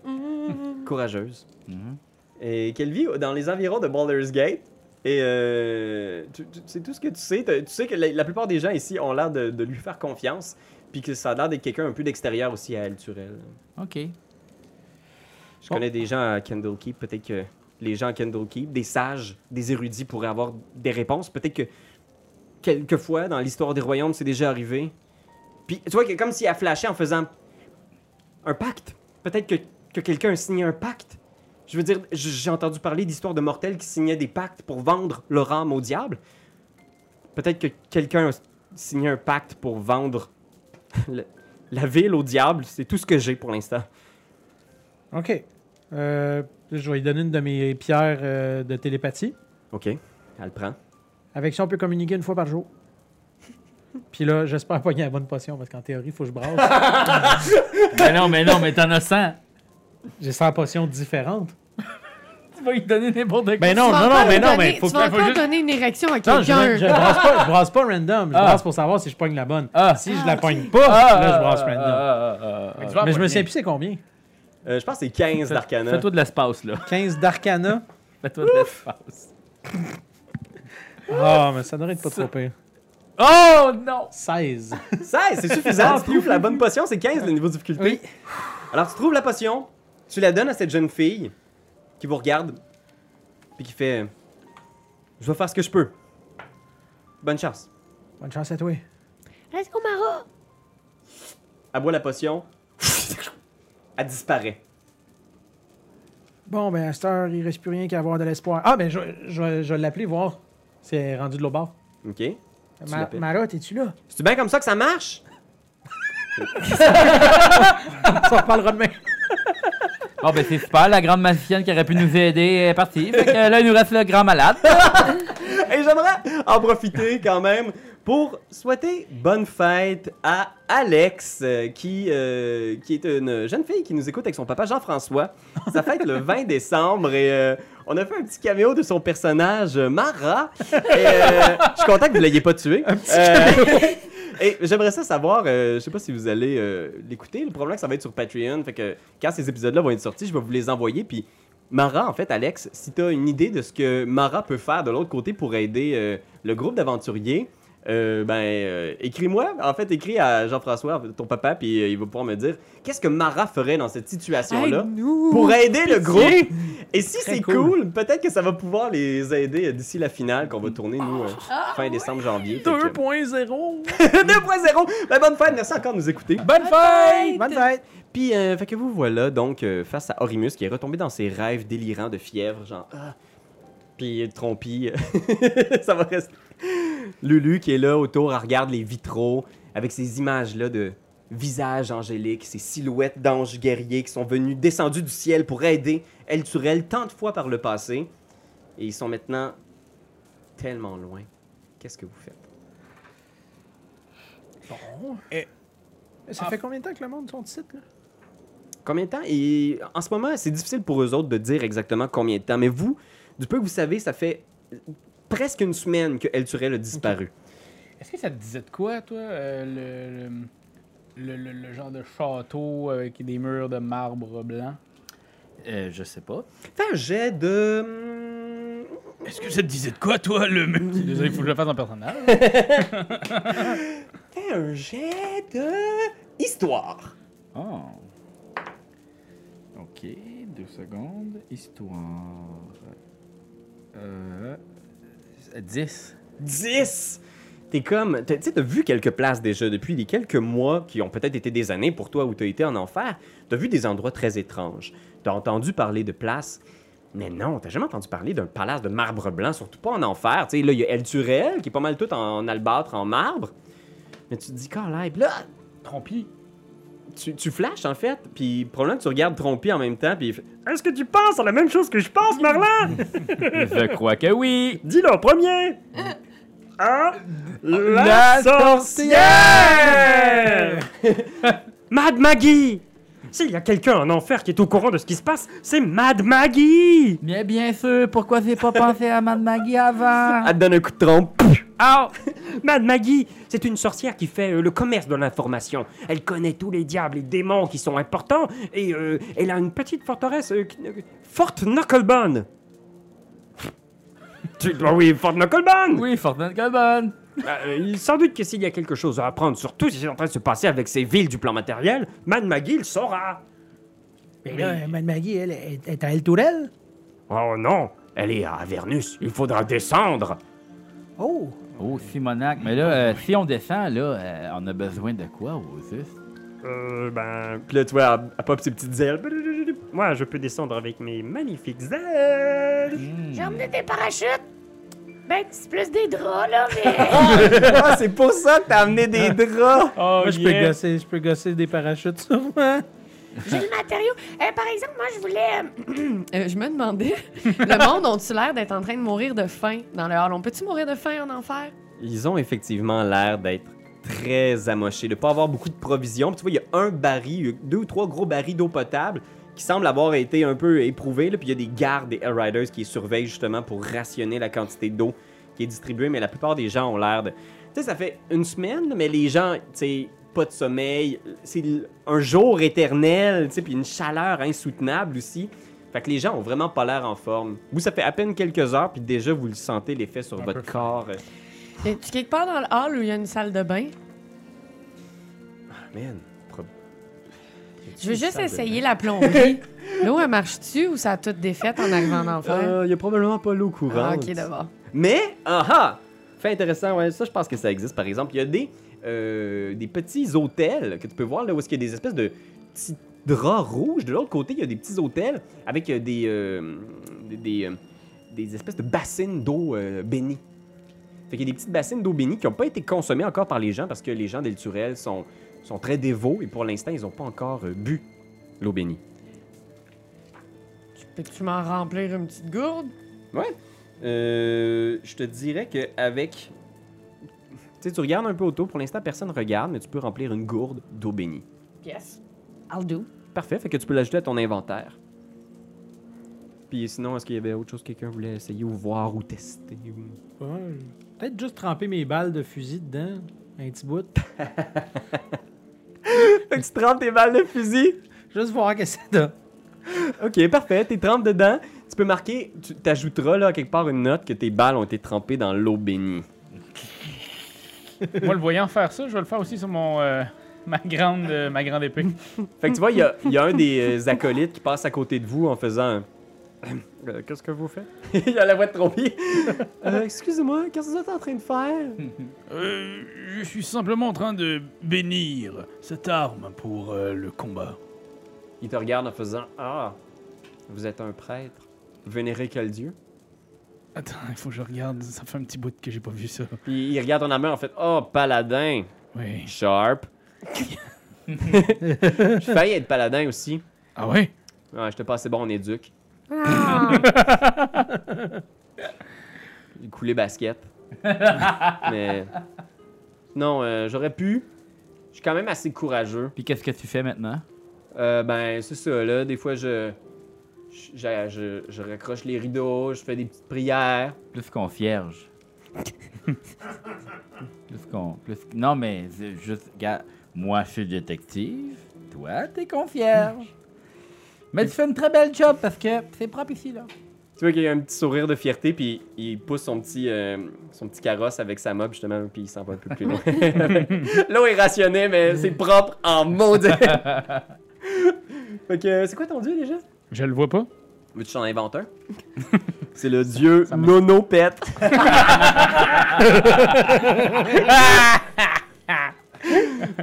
[SPEAKER 1] courageuse.
[SPEAKER 6] Mhm.
[SPEAKER 1] Et qu'elle vit dans les environs de Baldur's Gate. Et euh, tu- tu- c'est tout ce que tu sais. T'as- Tu sais que la, la plupart des gens ici ont l'air de, de lui faire confiance. Puis que ça a l'air d'être quelqu'un un peu d'extérieur aussi à Alturel.
[SPEAKER 6] Ok.
[SPEAKER 1] Je
[SPEAKER 6] Bon.
[SPEAKER 1] connais des gens à Kendall Keep. Peut-être que les gens à Kendall Keep, des sages, des érudits pourraient avoir des réponses. Peut-être que quelquefois dans l'histoire des royaumes, c'est déjà arrivé. Puis tu vois, que comme s'il a flashé en faisant un pacte. Peut-être que, que quelqu'un a signé un pacte. Je veux dire, j- j'ai entendu parler d'histoires de mortels qui signaient des pactes pour vendre leur âme au diable.
[SPEAKER 2] Peut-être que quelqu'un a signé un pacte pour vendre le- la ville au diable. C'est tout ce que j'ai pour l'instant.
[SPEAKER 3] OK. Euh, je vais lui donner une de mes pierres euh, de télépathie.
[SPEAKER 1] Ok, elle le prend.
[SPEAKER 3] Avec ça, on peut communiquer une fois par jour. Puis là, j'espère pogner la bonne potion, parce qu'en théorie, il faut que je brasse.
[SPEAKER 6] mais non, mais non, mais t'en as 100.
[SPEAKER 3] J'ai 100 potions différentes.
[SPEAKER 6] Tu vas lui donner n'importe quoi.
[SPEAKER 3] Ben
[SPEAKER 7] Tu
[SPEAKER 3] non,
[SPEAKER 7] vas
[SPEAKER 3] non,
[SPEAKER 7] encore
[SPEAKER 3] non, mais
[SPEAKER 7] lui
[SPEAKER 3] non,
[SPEAKER 7] donner-
[SPEAKER 3] mais faut
[SPEAKER 7] Tu
[SPEAKER 3] que...
[SPEAKER 7] vas
[SPEAKER 4] faut
[SPEAKER 7] encore
[SPEAKER 4] juste-
[SPEAKER 7] donner une érection à
[SPEAKER 3] Non, je,
[SPEAKER 7] quelqu'un.
[SPEAKER 3] je brasse pas, je brasse pas random. Je
[SPEAKER 6] Ah.
[SPEAKER 3] brasse pour savoir si je pogne la bonne.
[SPEAKER 6] Ah.
[SPEAKER 3] Si je la pogne pas, là, je brasse random.
[SPEAKER 4] Fait que
[SPEAKER 6] random.
[SPEAKER 4] tu
[SPEAKER 3] mais
[SPEAKER 4] vas
[SPEAKER 3] je me
[SPEAKER 4] abonner.
[SPEAKER 3] sais plus c'est combien.
[SPEAKER 1] Euh, je pense que c'est 15 d'Arcana.
[SPEAKER 6] Fais-toi de l'espace, là.
[SPEAKER 3] 15 d'arcana.
[SPEAKER 6] Fais-toi de l'espace.
[SPEAKER 3] Ah, mais ça devrait être pas
[SPEAKER 6] Ça-
[SPEAKER 3] trop pire.
[SPEAKER 6] Oh non!
[SPEAKER 3] 16.
[SPEAKER 1] 16, c'est suffisant. tu trouves la bonne potion, c'est 15 le niveau de difficulté.
[SPEAKER 3] Ah, Oui.
[SPEAKER 1] Alors tu trouves la potion, tu la donnes à cette jeune fille qui vous regarde, puis qui fait Je vais faire ce que je peux. Bonne chance.
[SPEAKER 3] Bonne chance à toi.
[SPEAKER 5] Est-ce qu'on m'a
[SPEAKER 1] Elle boit la potion, elle disparaît.
[SPEAKER 3] Bon, ben à cette heure, il reste plus rien qu'à avoir de l'espoir. Ah, ben je, je, vais- je vais l'appeler, voir. C'est rendu de l'autre bord.
[SPEAKER 1] Ok.
[SPEAKER 3] Ma,
[SPEAKER 1] l'appelles?
[SPEAKER 3] Mara, t'es-tu là?
[SPEAKER 1] C'est bien comme ça que ça marche
[SPEAKER 3] On reparlera demain.
[SPEAKER 6] Oh, ben c'est super, la grande magicienne qui aurait pu nous aider est partie. Fait que là, il nous reste le grand malade.
[SPEAKER 1] Et j'aimerais en profiter quand même pour souhaiter bonne fête à Alex, euh, qui, euh, qui est une jeune fille qui nous écoute avec son papa Jean-François. Ça fête le 20 décembre et euh, on a fait un petit caméo de son personnage euh, Mara. Et, euh, je suis content que vous l'ayez pas tué. Euh, et j'aimerais ça savoir, euh, je sais pas si vous allez euh, l'écouter, le problème c'est que ça va être sur Patreon, fait que quand ces épisodes-là vont être sortis, je vais vous les envoyer, puis Mara, en fait, Alex, si tu as une idée de ce que Mara peut faire de l'autre côté pour aider euh, le groupe d'aventuriers, euh, ben, euh, écris-moi. En fait, écris à Jean-François, ton papa, puis euh, il va pouvoir me dire qu'est-ce que Mara ferait dans cette situation-là
[SPEAKER 7] Aide-nous.
[SPEAKER 1] pour aider le groupe. Et si
[SPEAKER 6] Très
[SPEAKER 1] c'est cool,
[SPEAKER 6] cool.
[SPEAKER 1] peut-être que ça va pouvoir les aider euh, d'ici la finale qu'on va tourner, nous, euh, fin décembre, janvier. Fait que-
[SPEAKER 3] 2.0!
[SPEAKER 1] 2.0. Ben, bonne fête, merci encore de nous écouter.
[SPEAKER 6] Bonne fête!
[SPEAKER 3] Bonne fête!
[SPEAKER 1] Puis, euh, fait que vous voilà donc euh, face à Orimus qui est retombé dans ses rêves délirants de fièvre, genre. Ah. Puis euh, Trompi, euh, ça va rester. Lulu qui est là autour, elle regarde les vitraux avec ces images-là de visages angéliques, ces silhouettes d'anges guerriers qui sont venus descendus du ciel pour aider El Turel tant de fois par le passé. Et ils sont maintenant tellement loin. Qu'est-ce que vous faites?
[SPEAKER 3] Ça fait combien de temps que le monde sont ici, là?
[SPEAKER 1] Combien de temps? Et en ce moment, c'est difficile pour eux autres de dire exactement combien de temps. Mais vous, du peu que vous savez, ça fait presque une semaine que El Turel a disparu.
[SPEAKER 4] Est-ce que ça te disait de quoi, toi, euh, le, le, le- le- le genre de château avec des murs de marbre blanc?
[SPEAKER 6] Euh, je sais pas.
[SPEAKER 1] Fais un jet de... hum,
[SPEAKER 4] Est-ce que ça te disait de quoi, toi, le... Désolé, il faut que je le fasse en personnage.
[SPEAKER 1] Fais un jet de... Histoire.
[SPEAKER 6] Oh. Ok, deux secondes. Histoire. Euh. 10.
[SPEAKER 1] 10! T'es comme... t'as- Tu sais, t'as vu quelques places déjà depuis les quelques mois qui ont peut-être été des années pour toi où t'as été en enfer. T'as vu des endroits très étranges. T'as entendu parler de places... Mais non, t'as jamais entendu parler d'un palace de marbre blanc, surtout pas en enfer. Tu sais, là, il y a El Turel, qui est pas mal tout en, albâtre, en marbre. Mais tu te dis, Carlisle, là,
[SPEAKER 4] Trompi.
[SPEAKER 1] tu, tu flashes, en fait, puis probablement que tu regardes Trompi en même temps, puis il fait,
[SPEAKER 2] Est-ce que tu penses à la même chose que je pense, Marlin
[SPEAKER 6] Je crois que oui.
[SPEAKER 2] Dis-le en premier Hein La,
[SPEAKER 6] La
[SPEAKER 2] sorcière Mad Maggie S'il y a quelqu'un en enfer qui est au courant de ce qui se passe, c'est Mad Maggie
[SPEAKER 6] Bien, bien sûr. Pourquoi j'ai pas pensé à Mad Maggie avant?
[SPEAKER 1] elle te donne un coup de trompe.
[SPEAKER 2] Ah Mad Maggie, c'est une sorcière qui fait euh, le commerce de l'information. Elle connaît tous les diables et démons qui sont importants et euh, elle a une petite forteresse, euh, qui- euh, Fort Knucklebone. tu, bah oui, Fort Knucklebone
[SPEAKER 6] Oui, Fortnite Common.
[SPEAKER 2] Bah, euh, il- sans doute que s'il y a quelque chose à apprendre, surtout si c'est en train de se passer avec ces villes du plan matériel, Mad Maggie le saura.
[SPEAKER 3] Mais là, Mad Maggie, elle est est à El Tourelle?
[SPEAKER 2] Oh non, elle est à Avernus, il faudra descendre.
[SPEAKER 3] Oh!
[SPEAKER 6] Oh, Simonac. Mais là, euh, si on descend, là, euh, on a besoin de quoi, au juste?
[SPEAKER 2] Euh, ben,
[SPEAKER 1] Puis là, tu vois, elle, elle pop ses petites ailes.
[SPEAKER 2] moi je peux descendre avec mes magnifiques ailes.
[SPEAKER 5] J'ai emmené des parachutes. Ben, c'est plus des draps, là, mais.
[SPEAKER 1] Ah, c'est pour ça que t'as amené des draps!
[SPEAKER 4] Oh,
[SPEAKER 3] Moi, je peux gosser, je peux gosser des parachutes, sûrement.
[SPEAKER 5] J'ai le matériau. Euh, par exemple, moi, je voulais. euh,
[SPEAKER 7] Euh, je me demandais, le monde ont-tu l'air d'être en train de mourir de faim dans le hall? On peut-tu mourir de faim en enfer?
[SPEAKER 1] Ils ont effectivement l'air d'être très amochés, de pas avoir beaucoup de provisions. Puis tu vois, il y a un baril, deux ou trois gros barils d'eau potable qui semblent avoir été un peu éprouvés. là. Puis il y a des gardes des Hell Riders qui les surveillent justement pour rationner la quantité d'eau qui est distribuée. Mais la plupart des gens ont l'air de. Tu sais, ça fait une semaine, là, mais les gens, tu sais, pas de sommeil. C'est l- un jour éternel, tu sais, puis une chaleur insoutenable aussi. Fait que les gens ont vraiment pas l'air en forme. Vous, ça fait à peine quelques heures, puis déjà, vous le sentez l'effet sur votre corps. euh,
[SPEAKER 7] Y a-tu quelque part dans le hall où il y a une salle de bain?
[SPEAKER 1] Man, prob-
[SPEAKER 7] Je veux juste
[SPEAKER 1] Ça,
[SPEAKER 7] essayer la plomberie. L'eau, elle marche-tu ou ça a toute défaite en arrivant en
[SPEAKER 1] Euh, Il
[SPEAKER 3] Euh,
[SPEAKER 7] enfer?
[SPEAKER 1] y a probablement pas l'eau
[SPEAKER 7] Ah,
[SPEAKER 1] courante.
[SPEAKER 7] ok, d'abord.
[SPEAKER 1] Mais, ah ah! Fait intéressant, ouais, ça je pense que ça existe. Par exemple, il y a des, euh, des petits hôtels que tu peux voir là où est-ce qu'il y a des espèces de petits draps rouges. De l'autre côté, il y a des petits hôtels avec euh, des, euh, des, des, euh, des espèces de bassines d'eau euh, bénie. Fait qu'il y a des petites bassines d'eau bénie qui n'ont pas été consommées encore par les gens parce que les gens d'Elturel sont, sont très dévots et pour l'instant, ils n'ont pas encore euh, bu l'eau bénie.
[SPEAKER 7] Tu- Peux-tu m'en remplir une petite gourde?
[SPEAKER 1] Ouais. Euh, je te dirais que avec, tu sais, tu regardes un peu autour. Pour l'instant, personne regarde, mais tu peux remplir une gourde d'eau bénie.
[SPEAKER 7] Yes. I'll do.
[SPEAKER 1] Parfait. Fait que tu peux l'ajouter à ton inventaire. Puis sinon, est-ce qu'il y avait autre chose que quelqu'un voulait essayer ou voir ou tester ou-
[SPEAKER 3] Ouais, Peut-être juste tremper mes balles de fusil dedans, un petit bout.
[SPEAKER 1] Fait que tu trempes tes balles de fusil.
[SPEAKER 3] Juste voir qu'est-ce que ça donne.
[SPEAKER 1] Ok, parfait. T'es trempes dedans. Tu peux marquer, tu t'ajouteras là quelque part une note que tes balles ont été trempées dans l'eau bénie.
[SPEAKER 4] Moi, le voyant faire ça, je vais le faire aussi sur mon. euh, ma, grande, euh, ma grande épée.
[SPEAKER 1] Fait que tu vois, il y a, il y a un des euh, acolytes qui passe à côté de vous en faisant. un Euh, qu'est-ce que vous faites Il y a la voix de trompier. Euh, excusez-moi, qu'est-ce que vous êtes en train de faire
[SPEAKER 4] Euh, je suis simplement en train de bénir cette arme pour euh, le combat.
[SPEAKER 1] Il te regarde en faisant Ah, vous êtes un prêtre. Vénérez quel dieu
[SPEAKER 4] Attends, il faut que je regarde. Ça fait un petit bout que j'ai pas vu ça.
[SPEAKER 1] Puis il regarde ton armure en fait Oh, paladin,
[SPEAKER 4] Oui.
[SPEAKER 1] sharp. J'ai failli être paladin aussi.
[SPEAKER 4] Ah ouais?
[SPEAKER 1] Ouais, j'étais pas assez bon en éduque. J'ai coulé basket. Mais. Non, euh, j'aurais pu. Je suis quand même assez courageux.
[SPEAKER 6] Puis qu'est-ce que tu fais maintenant?
[SPEAKER 1] Euh, ben, c'est ça, là. Des fois, je. Je, je- je- je raccroche les rideaux, je fais des petites prières.
[SPEAKER 6] Plus qu'on vierge. plus qu'on. Plus... qu'- Non, mais c'est juste. Regarde, moi, je suis détective. Toi, t'es confierge. Mais tu fais une très belle job parce que c'est propre ici, là.
[SPEAKER 1] Tu vois qu'il y a un petit sourire de fierté, puis il pousse son petit, euh, son petit carrosse avec sa mob, justement, puis il s'en va un peu plus loin. L'eau est rationnée, mais c'est propre en maudit. fait que, euh, c'est quoi ton dieu déjà?
[SPEAKER 4] Je le vois pas?
[SPEAKER 1] Veux-tu t'en inventer un? c'est le dieu Nonopet.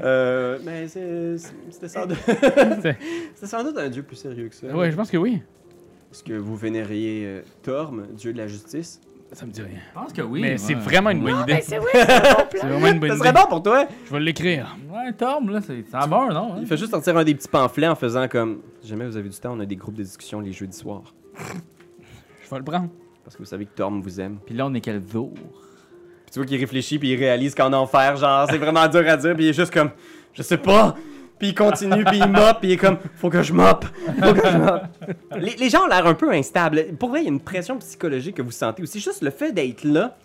[SPEAKER 1] euh, mais c'est- c'était sans doute... c'était sans doute un dieu plus sérieux que ça.
[SPEAKER 4] Ouais, je pense que oui.
[SPEAKER 1] Est-ce que vous vénériez euh, Torm, dieu de la justice?
[SPEAKER 4] Ça me dit rien.
[SPEAKER 6] Je pense que oui.
[SPEAKER 4] Mais c'est vraiment une bonne idée.
[SPEAKER 5] Ben, c'est oui, c'est bon
[SPEAKER 4] C'est
[SPEAKER 5] plan.
[SPEAKER 4] vraiment une bonne
[SPEAKER 1] Ça
[SPEAKER 4] idée.
[SPEAKER 1] serait bon pour toi!
[SPEAKER 4] Je vais l'écrire.
[SPEAKER 6] Ouais, Tom, là, c'est ça va, non? hein?
[SPEAKER 1] Il fait juste sortir un des petits pamphlets en faisant comme Si jamais vous avez du temps, on a des groupes de discussion les jeudis soirs.
[SPEAKER 4] Je vais le prendre.
[SPEAKER 1] Parce que vous savez que Torm vous aime.
[SPEAKER 6] Puis là, on est quel jour?
[SPEAKER 1] Puis tu vois qu'il réfléchit, puis il réalise qu'en enfer, genre, c'est vraiment dur à dire, puis il est juste comme Je sais pas! Puis il continue, puis il mop, puis il est comme Faut que je mop! Faut que je mop! les, les gens ont l'air un peu instables. Pour vrai, il y a une pression psychologique que vous sentez aussi. Juste le fait d'être là,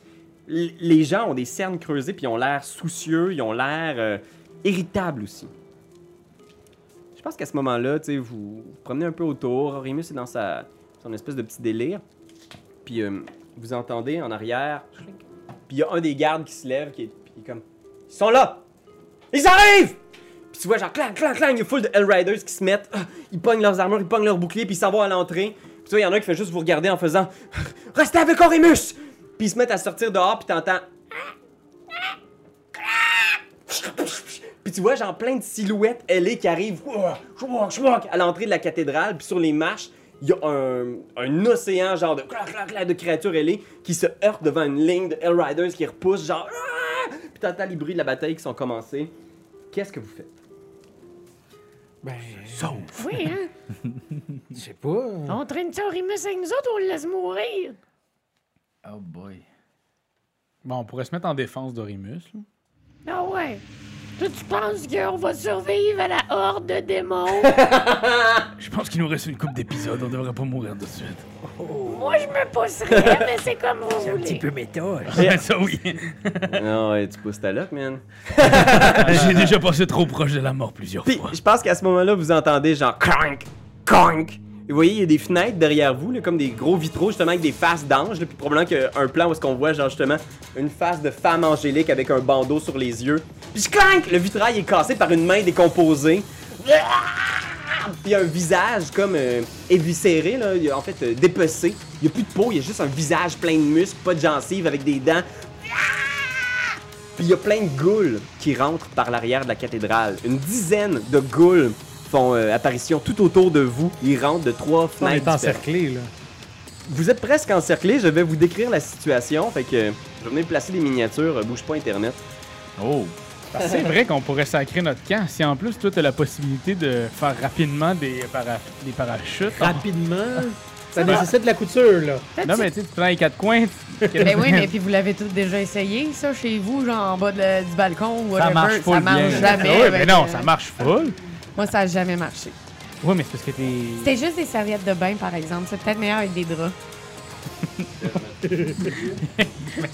[SPEAKER 1] l- les gens ont des cernes creusées, puis ils ont l'air soucieux, ils ont l'air euh, irritables aussi. Je pense qu'à ce moment-là, tu sais, vous, vous promenez un peu autour. Rémus est dans sa, son espèce de petit délire. Puis euh, vous entendez en arrière. Puis il y a un des gardes qui se lève, qui est, puis il est comme Ils sont là Ils arrivent Puis tu vois, genre, clang, clang, clang, il y a full de Hellriders qui se mettent. Ah, Ils pognent leurs armures, ils pognent leurs boucliers, puis ils s'en vont à l'entrée. Puis tu vois, il y en a un qui fait juste vous regarder en faisant Restez avec Orémus Puis ils se mettent à sortir dehors, puis t'entends Puis tu vois, genre plein de silhouettes ailées qui arrivent ouah, chouac, chouac, à l'entrée de la cathédrale, puis sur les marches, il y a un, un océan genre de clac, clac, clac de créatures ailées qui se heurtent devant une ligne de Hellriders qui repoussent genre Ah! puis t'entends les bruits de la bataille qui sont commencés. Qu'est-ce que vous faites?
[SPEAKER 3] Ben,
[SPEAKER 5] Oui, hein?
[SPEAKER 3] je sais pas.
[SPEAKER 5] On traîne ça au Rimus avec nous autres ou on le laisse mourir?
[SPEAKER 6] Oh boy.
[SPEAKER 4] Bon, on pourrait se mettre en défense d'Orimus. là.
[SPEAKER 5] Ah ouais. Toi, tu penses qu'on va survivre à la horde de démons?
[SPEAKER 4] Je pense qu'il nous reste une coupe d'épisodes, on devrait pas mourir de suite.
[SPEAKER 5] Moi, je me pousserais, mais c'est comme vous
[SPEAKER 3] C'est un petit
[SPEAKER 5] voulez.
[SPEAKER 3] peu méta. là.
[SPEAKER 4] ça oui.
[SPEAKER 1] non, ouais, tu pousses ta loque, man.
[SPEAKER 4] J'ai déjà passé trop proche de la mort plusieurs
[SPEAKER 1] euh, Puis
[SPEAKER 4] fois.
[SPEAKER 1] je pense qu'à ce moment-là, vous entendez genre crank, crank. Et Vous voyez, il y a des fenêtres derrière vous, là, comme des gros vitraux, justement, avec des faces d'anges. là, Puis probablement qu'il y a un plan où est-ce qu'on voit, genre, justement, une face de femme angélique avec un bandeau sur les yeux. Puis crank, le vitrail est cassé par une main décomposée. Ah! Puis il y a un visage comme euh, éviscéré, là, il y a, en fait euh, dépecé. Il n'y a plus de peau, il y a juste un visage plein de muscles, pas de gencives, avec des dents. Puis il y a plein de ghouls qui rentrent par l'arrière de la cathédrale. Une dizaine de ghouls font euh, apparition tout autour de vous. Ils rentrent de trois
[SPEAKER 8] On
[SPEAKER 1] fenêtres.
[SPEAKER 8] est
[SPEAKER 1] différentes.
[SPEAKER 8] encerclé, là.
[SPEAKER 1] Vous êtes presque encerclés. Je vais vous décrire la situation. Fait que euh, je vais venir placer des miniatures. euh, Bouge pas Internet.
[SPEAKER 6] Oh.
[SPEAKER 4] Bah, c'est vrai qu'on pourrait sacrer notre camp si en plus toi t'as la possibilité de faire rapidement des, para- des parachutes.
[SPEAKER 7] Ah,
[SPEAKER 8] Rapidement. Ça nécessite de la couture, là.
[SPEAKER 4] Non mais tu sais, tu prends les quatre coins. tu-
[SPEAKER 7] Ben oui, mais puis vous l'avez tous déjà essayé, ça, chez vous, genre en bas de la- du balcon ou whatever.
[SPEAKER 4] Ça marche pas Ah
[SPEAKER 7] Ça marche jamais.
[SPEAKER 4] Oui, mais
[SPEAKER 7] avec,
[SPEAKER 4] non,
[SPEAKER 7] euh,
[SPEAKER 4] ça marche full.
[SPEAKER 7] Moi, ça a jamais marché.
[SPEAKER 4] Oui, mais c'est parce que t'es.
[SPEAKER 7] C'était juste des serviettes de bain, par exemple. C'est peut-être meilleur avec des draps.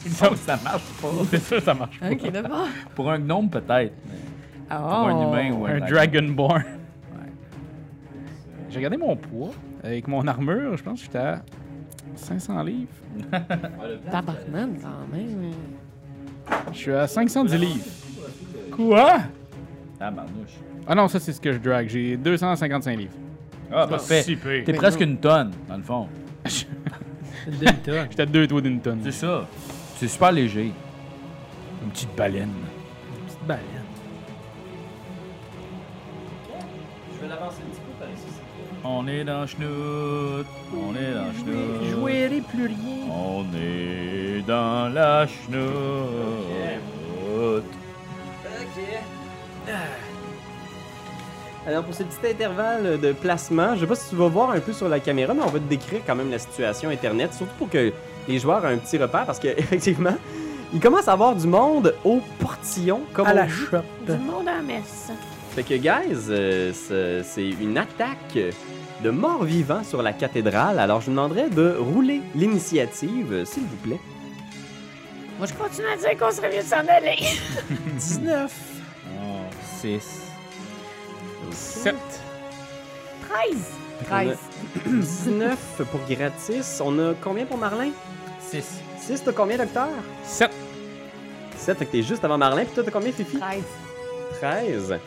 [SPEAKER 6] Ça, ça marche pas.
[SPEAKER 4] C'est ça, ça marche.
[SPEAKER 7] OK, d'abord.
[SPEAKER 6] Pour un gnome, peut-être. mais
[SPEAKER 7] Oh.
[SPEAKER 6] Pour un humain ou un,
[SPEAKER 4] Un Dragonborn. J'ai regardé mon poids avec mon armure, je pense que j'étais à 500 livres.
[SPEAKER 7] Tabarnane, quand même.
[SPEAKER 4] Je suis à 510 livres. Quoi?
[SPEAKER 6] Ah, marnouche.
[SPEAKER 4] Ah non, ça c'est ce que je drag. J'ai 255 livres.
[SPEAKER 6] Ah, parfait.
[SPEAKER 4] Super.
[SPEAKER 6] T'es
[SPEAKER 7] Mais
[SPEAKER 6] presque
[SPEAKER 7] non.
[SPEAKER 6] une tonne, dans le fond.
[SPEAKER 8] Une demi-tonne.
[SPEAKER 4] J'étais à deux doigts d'une tonne.
[SPEAKER 6] C'est ça. C'est super léger.
[SPEAKER 4] Une petite baleine.
[SPEAKER 8] Petite baleine.
[SPEAKER 1] Je vais l'avancer un petit peu par ici.
[SPEAKER 6] On est dans chenoute. On est dans chenoute.
[SPEAKER 8] Jouerai plus rien.
[SPEAKER 6] On est dans la chenoute.
[SPEAKER 1] Alors pour ce petit intervalle de placement, je sais pas si tu vas voir un peu sur la caméra, mais on va te décrire quand même la situation internet, surtout pour que les joueurs aient un petit repère, parce que effectivement, il commence à avoir du monde au portillon, comme
[SPEAKER 3] À
[SPEAKER 1] on
[SPEAKER 3] la
[SPEAKER 1] dit.
[SPEAKER 3] shop.
[SPEAKER 5] Du monde en messe.
[SPEAKER 1] Fait que guys, euh, c'est- c'est une attaque de morts vivants sur la cathédrale. Alors je vous demanderais de rouler l'initiative, euh, s'il vous plaît.
[SPEAKER 5] Moi, je continue à dire qu'on serait mieux de s'en aller.
[SPEAKER 8] 19.
[SPEAKER 6] 6.
[SPEAKER 4] 7.
[SPEAKER 5] 13.
[SPEAKER 1] On a
[SPEAKER 7] 13.
[SPEAKER 1] 19 pour Gratis. On a combien pour Marlin
[SPEAKER 6] 6.
[SPEAKER 1] 6, t'as combien, docteur
[SPEAKER 4] 7.
[SPEAKER 1] 7, fait que t'es juste avant Marlin. Puis toi, t'as combien, Fifi
[SPEAKER 7] 13.
[SPEAKER 1] 13.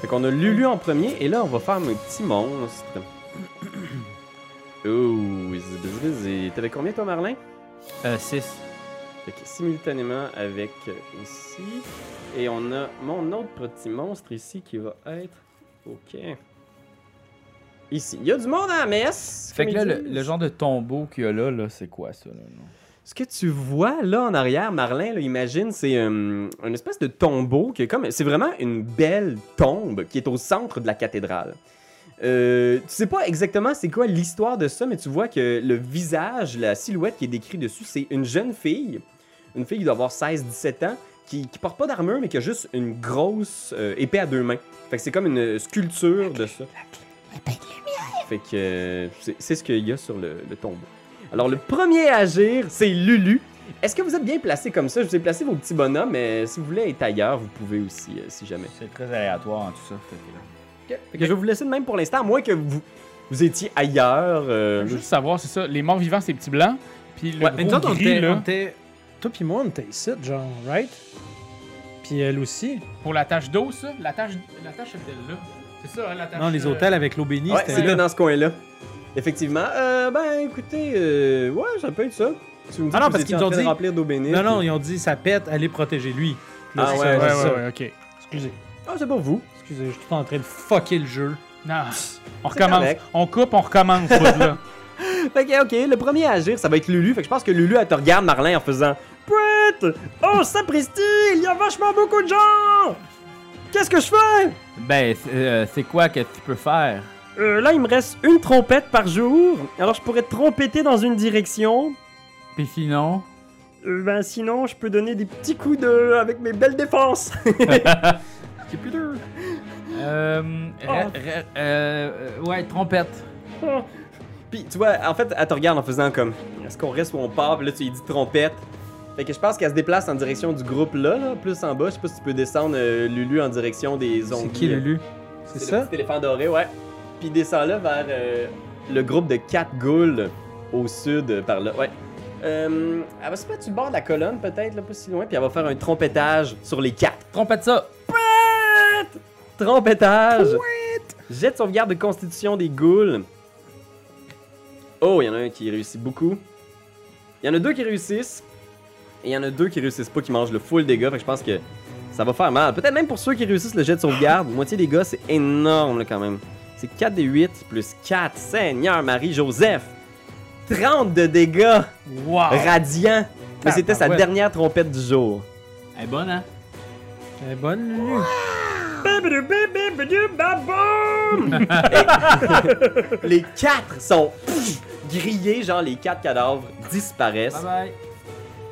[SPEAKER 1] Fait qu'on a Lulu en premier, et là, on va faire mes petits monstres. Ouh, zibzibzi. t'avais combien, toi, Marlin?
[SPEAKER 6] 6.
[SPEAKER 1] Fait que simultanément avec euh, ici. Et on a mon autre petit monstre ici qui va être. Ok. Ici. Il y a du monde à la messe!
[SPEAKER 6] Fait que
[SPEAKER 1] comme
[SPEAKER 6] là,
[SPEAKER 1] ils
[SPEAKER 6] le,
[SPEAKER 1] disent.
[SPEAKER 6] le genre de tombeau qu'il y a là, là c'est quoi ça? Là, non?
[SPEAKER 1] Ce que tu vois là en arrière, Marlin, là, imagine, c'est euh, une espèce de tombeau qui est comme. C'est vraiment une belle tombe qui est au centre de la cathédrale. Euh, tu sais pas exactement c'est quoi l'histoire de ça, mais tu vois que le visage, la silhouette qui est décrite dessus, c'est une jeune fille. Une fille qui doit avoir 16-17 ans, qui, qui porte pas d'armure, mais qui a juste une grosse euh, épée à deux mains. Fait que c'est comme une sculpture de ça. Fait que euh, c'est- c'est ce qu'il y a sur le, le tombeau. Alors, le premier à agir, c'est Lulu. Est-ce que vous êtes bien placé comme ça? Je vous ai placé vos petits bonhommes, mais si vous voulez être ailleurs, vous pouvez aussi, euh, si jamais.
[SPEAKER 6] C'est très aléatoire en tout ça. fait que là.
[SPEAKER 1] Fait que je vais vous laisser de même pour l'instant, à moins que vous, vous étiez ailleurs. euh,
[SPEAKER 4] Juste savoir, c'est ça. Les morts vivants, c'est petits blancs. Puis le
[SPEAKER 8] Ouais, mais nous
[SPEAKER 4] gros
[SPEAKER 8] autres, on
[SPEAKER 4] gris,
[SPEAKER 8] était,
[SPEAKER 4] là,
[SPEAKER 8] on était- Toi pis moi, on était ici, genre, right? Puis elle aussi.
[SPEAKER 4] pour la tache d'eau, ça. La tache, la tache était là. C'est ça, hein, la tache.
[SPEAKER 8] Non, les
[SPEAKER 4] euh,
[SPEAKER 8] hôtels avec l'eau bénie,
[SPEAKER 1] ouais,
[SPEAKER 8] c'était
[SPEAKER 1] c'était
[SPEAKER 8] là.
[SPEAKER 1] dans ce coin-là. Effectivement. Euh, ben, écoutez, euh, ouais, ça peut être ça. Si vous me dites
[SPEAKER 8] Ah non, parce
[SPEAKER 1] que vous étiez
[SPEAKER 8] qu'ils
[SPEAKER 1] en
[SPEAKER 8] ont
[SPEAKER 1] train de
[SPEAKER 8] dit-
[SPEAKER 1] remplir d'eau bénite.
[SPEAKER 8] Non, non, ils ont dit ça pète, allez protéger lui. Puis là,
[SPEAKER 1] Ah
[SPEAKER 8] c'est
[SPEAKER 1] ouais,
[SPEAKER 8] ça,
[SPEAKER 4] Ouais,
[SPEAKER 8] c'est
[SPEAKER 4] ouais,
[SPEAKER 8] ça.
[SPEAKER 4] ouais, ok.
[SPEAKER 8] Excusez,
[SPEAKER 1] Ah, c'est pour vous.
[SPEAKER 8] excusez, je suis tout en train de fucker le jeu.
[SPEAKER 4] Non, on recommence.
[SPEAKER 1] correct.
[SPEAKER 4] On coupe, on recommence. Wood, là.
[SPEAKER 1] Fait que, ok, le premier à agir, ça va être Lulu. Fait que je pense que Lulu, elle te regarde, Marlin, en faisant Prête Oh, sapristi Il y a vachement beaucoup de gens Qu'est-ce que je fais
[SPEAKER 6] Ben, c'est euh, c'est quoi que tu peux faire?
[SPEAKER 2] Euh, là, il me reste une trompette par jour. Alors, je pourrais trompetter dans une direction.
[SPEAKER 6] Puis sinon,
[SPEAKER 2] Euh, ben, sinon, je peux donner des petits coups de... avec mes belles défenses.
[SPEAKER 1] J'ai plus d'eux.
[SPEAKER 6] euh, re- re- euh, ouais, trompette.
[SPEAKER 1] Puis, tu vois, en fait, elle te regarde en faisant comme Est-ce qu'on reste ou on part Puis là, tu lui dis trompette. Fait que je pense qu'elle se déplace en direction du groupe là, là, plus en bas. Je sais pas si tu peux descendre euh, Lulu en direction des zombies.
[SPEAKER 8] C'est qui
[SPEAKER 1] là.
[SPEAKER 8] Lulu C'est
[SPEAKER 1] le
[SPEAKER 8] ça
[SPEAKER 1] petit éléphant doré, ouais. Puis il descend là vers euh, le groupe de 4 ghouls au sud, euh, par là, ouais. Euh, elle va se mettre sur le bord de la colonne, peut-être, là, pas si loin, puis elle va faire un trompettage sur les 4.
[SPEAKER 6] Trompette ça!
[SPEAKER 1] Trompettage! Jet de sauvegarde de constitution des ghouls. Oh, il y en a un qui réussit beaucoup. Il y en a deux qui réussissent. Et il y en a deux qui réussissent pas, qui mangent le full dégâts. Fait que je pense que ça va faire mal. Peut-être même pour ceux qui réussissent le jet de sauvegarde. Moitié des gars, c'est énorme là, quand même. C'est 4 des 8 plus 4. Seigneur Marie-Joseph. 30 de dégâts
[SPEAKER 4] Wow.
[SPEAKER 1] radiants. Mais c'était sa
[SPEAKER 8] Tabarouette.
[SPEAKER 1] dernière trompette du jour.
[SPEAKER 6] Elle est bonne, hein?
[SPEAKER 8] Elle est Eh, bonne, Lulu.
[SPEAKER 1] Les quatre sont pff, grillés, genre les quatre cadavres disparaissent.
[SPEAKER 8] Ah
[SPEAKER 6] Bye bye!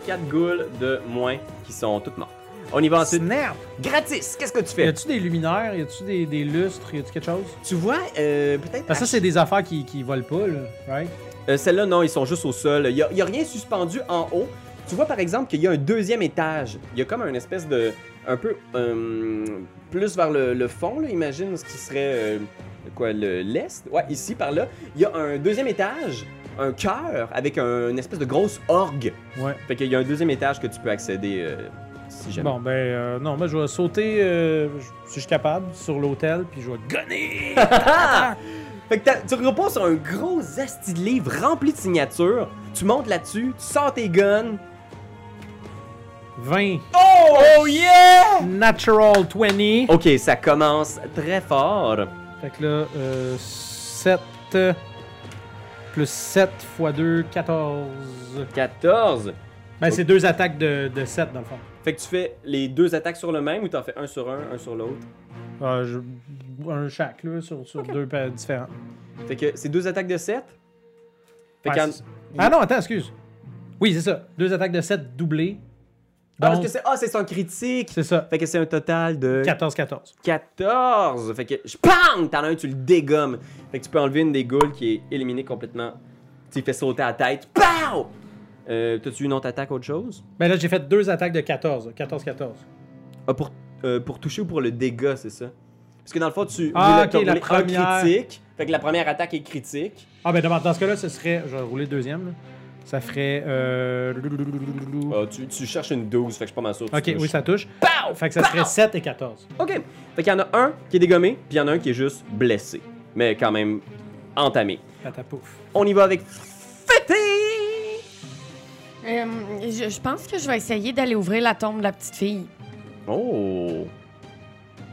[SPEAKER 1] Quatre goules de moins qui sont toutes mortes. On y va ensuite.
[SPEAKER 8] Snap!
[SPEAKER 1] Gratis, qu'est-ce que tu
[SPEAKER 8] Y
[SPEAKER 1] fais?
[SPEAKER 8] a-tu des luminaires Y a-tu des, des lustres Y a-tu quelque chose
[SPEAKER 1] Euh, Tu vois, euh, peut-être.
[SPEAKER 8] Parce que ça, c'est des affaires qui, qui volent pas, là. Right
[SPEAKER 1] Euh, Celles-là, non, ils sont juste au sol. Il n'y a, il y a rien suspendu en haut. Tu vois, par exemple, qu'il y a un deuxième étage. Il y a comme une espèce de. Un peu. euh, plus vers le, le fond, là, imagine ce qui serait. euh, quoi, le- l'est Ouais, ici, par là. Il y a un deuxième étage, un cœur, avec un- une espèce de grosse orgue.
[SPEAKER 8] Ouais.
[SPEAKER 1] Fait qu'il y a un deuxième étage que tu peux accéder euh, si jamais.
[SPEAKER 8] Bon, ben, euh, non, moi, je vais sauter, euh, je- si je suis capable, sur l'hôtel, puis je vais gonner!
[SPEAKER 1] Fait que t'as- tu reposes sur un gros asti de livre rempli de signatures. Tu montes là-dessus, tu sors tes guns.
[SPEAKER 8] 20.
[SPEAKER 1] Oh, yeah!
[SPEAKER 8] Natural 20.
[SPEAKER 1] Ok, ça commence très fort.
[SPEAKER 8] Fait que là, 7 plus 7 x 2, 14.
[SPEAKER 1] 14.
[SPEAKER 8] Ben, c'est deux attaques de, de 7 dans le fond.
[SPEAKER 1] Fait que tu fais les deux attaques sur le même ou t'en fais un sur un, un sur l'autre?
[SPEAKER 8] Euh, je- un chaque, là, sur, sur deux pa- différents.
[SPEAKER 1] Fait que c'est deux attaques de 7. Fait
[SPEAKER 8] Ouais,
[SPEAKER 1] qu'en-
[SPEAKER 8] c'est- Ah non, attends, excuse. Oui, c'est ça. Deux attaques de 7 doublées.
[SPEAKER 1] Ah, parce
[SPEAKER 8] Donc,
[SPEAKER 1] que c'est. Ah, c'est son critique!
[SPEAKER 8] c'est ça.
[SPEAKER 1] Fait que c'est un total de.
[SPEAKER 8] 14-14.
[SPEAKER 1] 14! Fait que je PANG! T'en as un, tu le dégommes. Fait que tu peux enlever une des goules qui est éliminée complètement. Tu lui fais sauter à la tête. POW! Euh, T'as-tu une autre attaque, autre chose?
[SPEAKER 8] Ben là, j'ai fait deux attaques de 14. 14-14.
[SPEAKER 1] Ah, pour, euh, pour toucher ou pour le dégât, c'est ça? Parce que dans le fond, tu
[SPEAKER 8] Ah,
[SPEAKER 1] voulais
[SPEAKER 8] ok, la
[SPEAKER 1] te rouler un
[SPEAKER 8] première.
[SPEAKER 1] critique. Fait que la première attaque est critique.
[SPEAKER 8] Ah, ben dans dans ce cas-là, ce serait. Je vais rouler le deuxième. là. Ça ferait. Euh...
[SPEAKER 1] Ah, tu, tu cherches une 12, fait que je suis pas mal sûr. que tu
[SPEAKER 8] Ok,
[SPEAKER 1] touches.
[SPEAKER 8] oui, ça touche. Fait que ça serait 7 et 14.
[SPEAKER 1] Ok. Fait qu'il y en a un qui est dégommé, puis il y en a un qui est juste blessé. Mais quand même entamé.
[SPEAKER 8] Patapouf.
[SPEAKER 1] On y va avec Fêté!
[SPEAKER 7] Euh, je, je pense que je vais essayer d'aller ouvrir la tombe de la petite fille.
[SPEAKER 1] Oh!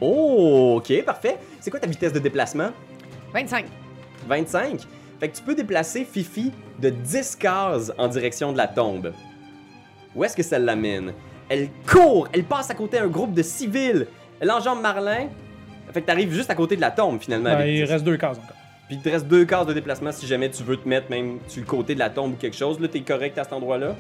[SPEAKER 1] Oh, ok, parfait. C'est quoi ta vitesse de déplacement?
[SPEAKER 7] 25.
[SPEAKER 1] 25? Fait que tu peux déplacer Fifi de 10 cases en direction de la tombe. Où est-ce que ça l'amène? Elle court, elle passe à côté d'un groupe de civils. Elle enjambe Marlin. Fait que t'arrives juste à côté de la tombe finalement.
[SPEAKER 8] Ben,
[SPEAKER 1] avec
[SPEAKER 8] il
[SPEAKER 1] 10.
[SPEAKER 8] reste deux cases encore.
[SPEAKER 1] Puis il te reste deux cases de déplacement si jamais tu veux te mettre même sur le côté de la tombe ou quelque chose. Là, t'es correct à cet endroit-là.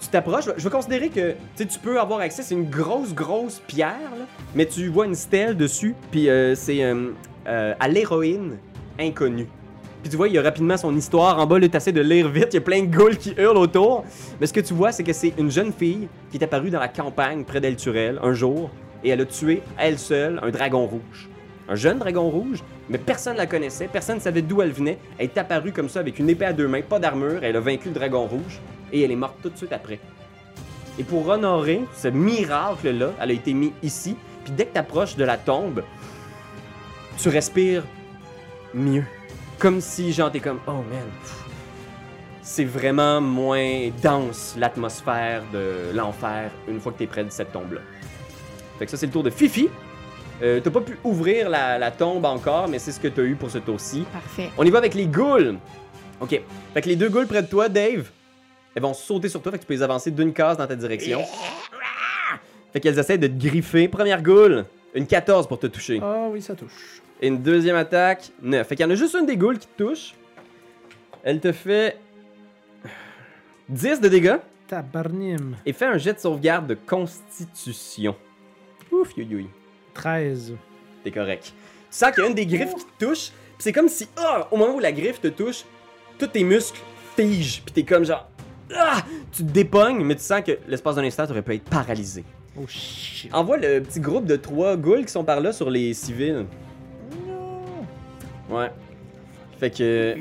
[SPEAKER 1] Tu t'approches. Je vais considérer que tu sais, tu peux avoir accès. C'est une grosse, grosse pierre, là, mais tu vois une stèle dessus. Puis euh, c'est euh, euh, à l'héroïne inconnue. Puis tu vois, il y a rapidement son histoire en bas. Là, t'essaies de lire vite. Il y a plein de ghouls qui hurlent autour. Mais ce que tu vois, c'est que c'est une jeune fille qui est apparue dans la campagne près d'El Turel un jour. Et elle a tué, à elle seule, un dragon rouge. Un jeune dragon rouge mais personne la connaissait, personne ne savait d'où elle venait. Elle est apparue comme ça avec une épée à deux mains, pas d'armure, elle a vaincu le dragon rouge et elle est morte tout de suite après. Et pour honorer ce miracle-là, elle a été mise ici, puis dès que tu approches de la tombe, tu respires mieux. Comme si, genre, t'es comme, oh man, pff. c'est vraiment moins dense l'atmosphère de l'enfer une fois que t'es près de cette tombe-là. Fait que ça, c'est le tour de Fifi. Euh, t'as pas pu ouvrir la, la tombe encore, mais c'est ce que t'as eu pour ce tour-ci.
[SPEAKER 7] Parfait.
[SPEAKER 1] On y va avec les ghouls. OK. Fait que les deux ghouls près de toi, Dave, elles vont sauter sur toi, fait que tu peux les avancer d'une case dans ta direction. Fait qu'elles essaient de te griffer. Première ghoul, une 14 pour te toucher.
[SPEAKER 3] Ah oui, ça touche.
[SPEAKER 1] Et une deuxième attaque, 9. Fait qu'il y en a juste une des ghouls qui te touche. Elle te fait 10 de dégâts
[SPEAKER 3] Tabarnim.
[SPEAKER 1] et fait un jet de sauvegarde de constitution. Ouf, youi, youi.
[SPEAKER 3] 13.
[SPEAKER 1] T'es correct. Tu sens qu'il y a une des griffes qui te touche, pis c'est comme si, ah, au moment où la griffe te touche, tous tes muscles figent, pis t'es comme genre, ah, tu te dépognes, mais tu sens que l'espace d'un instant, t'aurais pu être paralysé.
[SPEAKER 3] Oh shit.
[SPEAKER 1] Envoie le petit groupe de trois ghouls qui sont par là sur les civils. Ouais. Fait que.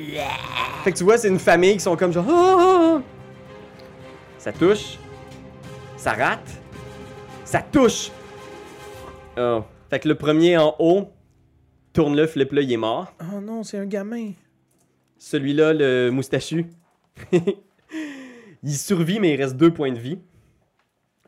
[SPEAKER 1] Fait que tu vois, c'est une famille qui sont comme genre. Ah, ah, ah. Ça touche. Ça rate. Ça touche. Oh. Fait que le premier en haut, tourne-le, flip-le, il est mort.
[SPEAKER 3] Oh non, c'est un gamin.
[SPEAKER 1] Celui-là, le moustachu, il survit, mais il reste deux points de vie.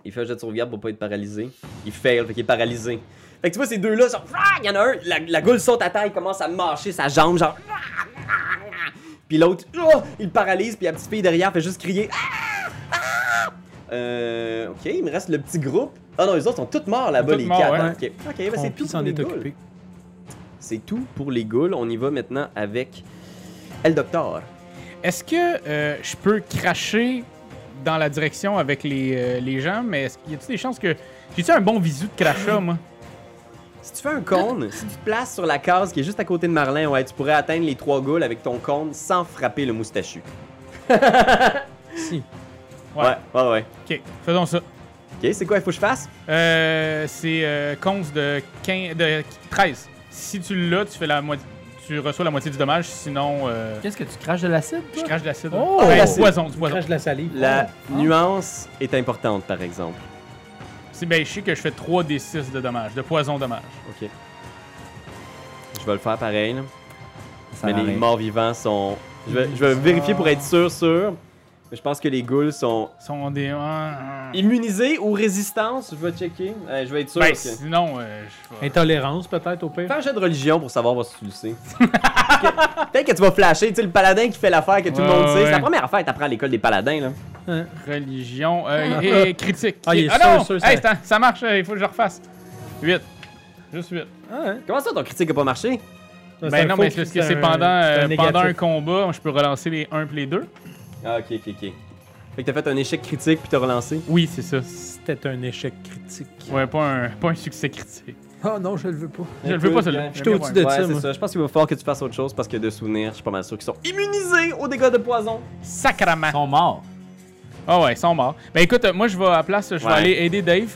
[SPEAKER 1] Il fait un jet de sauvegarde pour pas être paralysé. Il fail, fait qu'il est paralysé. Fait que tu vois, ces deux-là, genre, Ah! il y en a un, la, la goule saute à terre, il commence à mâcher sa jambe, genre, Ah! Ah! Ah! puis l'autre, Ah! il le paralyse, puis la petite fille derrière fait juste crier. Ah! Ah! Euh, ok, il me reste le petit groupe. Ah non, les autres sont toutes morts là-bas,
[SPEAKER 4] Toutes
[SPEAKER 1] les
[SPEAKER 4] morts,
[SPEAKER 1] quatre.
[SPEAKER 4] ouais.
[SPEAKER 1] hein. Ok, Ok, ben, c'est tout.
[SPEAKER 8] Trompi s'en
[SPEAKER 1] pour les
[SPEAKER 8] est
[SPEAKER 1] ghouls.
[SPEAKER 8] occupé.
[SPEAKER 1] C'est tout pour les ghouls. On y va maintenant avec El Doctor.
[SPEAKER 4] Est-ce que euh, je peux cracher dans la direction avec les, euh, les gens, mais est-ce qu'il y a-t-il des chances que. J'ai-tu un bon visu de crachat, moi
[SPEAKER 1] Si tu fais un cône, si tu te places sur la case qui est juste à côté de Marlin, ouais, tu pourrais atteindre les trois ghouls avec ton cône sans frapper le moustachu.
[SPEAKER 3] Si.
[SPEAKER 4] Ouais.
[SPEAKER 1] ouais, ouais. ouais.
[SPEAKER 4] Ok, faisons ça.
[SPEAKER 1] Ok, c'est quoi il faut que je fasse?
[SPEAKER 4] Euh, c'est euh, cons de, 15, de 13. Si tu l'as, tu, fais la moitié- tu reçois la moitié du dommage, sinon euh,
[SPEAKER 6] Qu'est-ce que tu craches de l'acide,
[SPEAKER 4] je
[SPEAKER 6] toi?
[SPEAKER 4] crache de l'acide.
[SPEAKER 8] Oh!
[SPEAKER 4] Ben, du
[SPEAKER 1] L'acide.
[SPEAKER 4] poison, du poison.
[SPEAKER 8] Crache de la salive.
[SPEAKER 1] La nuance est importante, par exemple.
[SPEAKER 4] C'est bien chier que je fais 3 des 6 de dommages, de poison dommage.
[SPEAKER 1] Ok. Je vais le faire pareil. là.
[SPEAKER 6] Ça
[SPEAKER 1] Mais les
[SPEAKER 6] arrive.
[SPEAKER 1] morts-vivants sont... Je vais, je vais vérifier pour être sûr, sûr. Mais je pense que les ghouls sont
[SPEAKER 4] Ils Sont des. Ah, ah.
[SPEAKER 1] immunisés ou résistance. Je vais checker. Euh, je vais être sûr.
[SPEAKER 4] Ben,
[SPEAKER 1] que-
[SPEAKER 4] sinon, euh, je vais-
[SPEAKER 8] Intolérance, peut-être, au pire.
[SPEAKER 1] Fais un jeu de religion pour savoir si tu le sais. Peut-être que tu vas flasher, tu sais, le paladin qui fait l'affaire que tout le
[SPEAKER 4] Ouais,
[SPEAKER 1] monde sait.
[SPEAKER 4] ouais.
[SPEAKER 1] C'est la première affaire que t'apprends à l'école des paladins, là.
[SPEAKER 4] religion euh, et, et critique.
[SPEAKER 8] Ah, il est sûr,
[SPEAKER 4] non!
[SPEAKER 8] sûr, ça-
[SPEAKER 4] Hey, attends, ça marche, euh, il faut que je le refasse. 8. Juste 8.
[SPEAKER 3] Ah,
[SPEAKER 1] Comment ça, ton critique a pas marché?
[SPEAKER 4] Ben non, mais c'est parce que c'est pendant, euh, pendant un combat, je peux relancer les 1 et les 2.
[SPEAKER 1] Ah, ok, ok, ok. Fait que t'as fait un échec critique puis t'as relancé.
[SPEAKER 4] Oui, c'est ça.
[SPEAKER 8] C'était un échec critique.
[SPEAKER 4] Ouais, pas un, pas un succès critique.
[SPEAKER 3] Oh non, je le veux pas.
[SPEAKER 4] Je le veux pas, celui-là.
[SPEAKER 1] Écoute,
[SPEAKER 8] J'étais au-dessus de
[SPEAKER 1] Ouais,
[SPEAKER 8] ça,
[SPEAKER 1] c'est
[SPEAKER 8] moi.
[SPEAKER 1] ça. Je pense qu'il va falloir que tu fasses autre chose parce que de souvenirs, je suis pas mal sûr qu'ils sont immunisés aux dégâts de poison.
[SPEAKER 4] Sacrament.
[SPEAKER 6] Ils sont morts.
[SPEAKER 4] Ah ouais, ils sont morts. Ben écoute, euh, moi je vais à la place, je vais
[SPEAKER 1] Ouais.
[SPEAKER 4] aller aider Dave.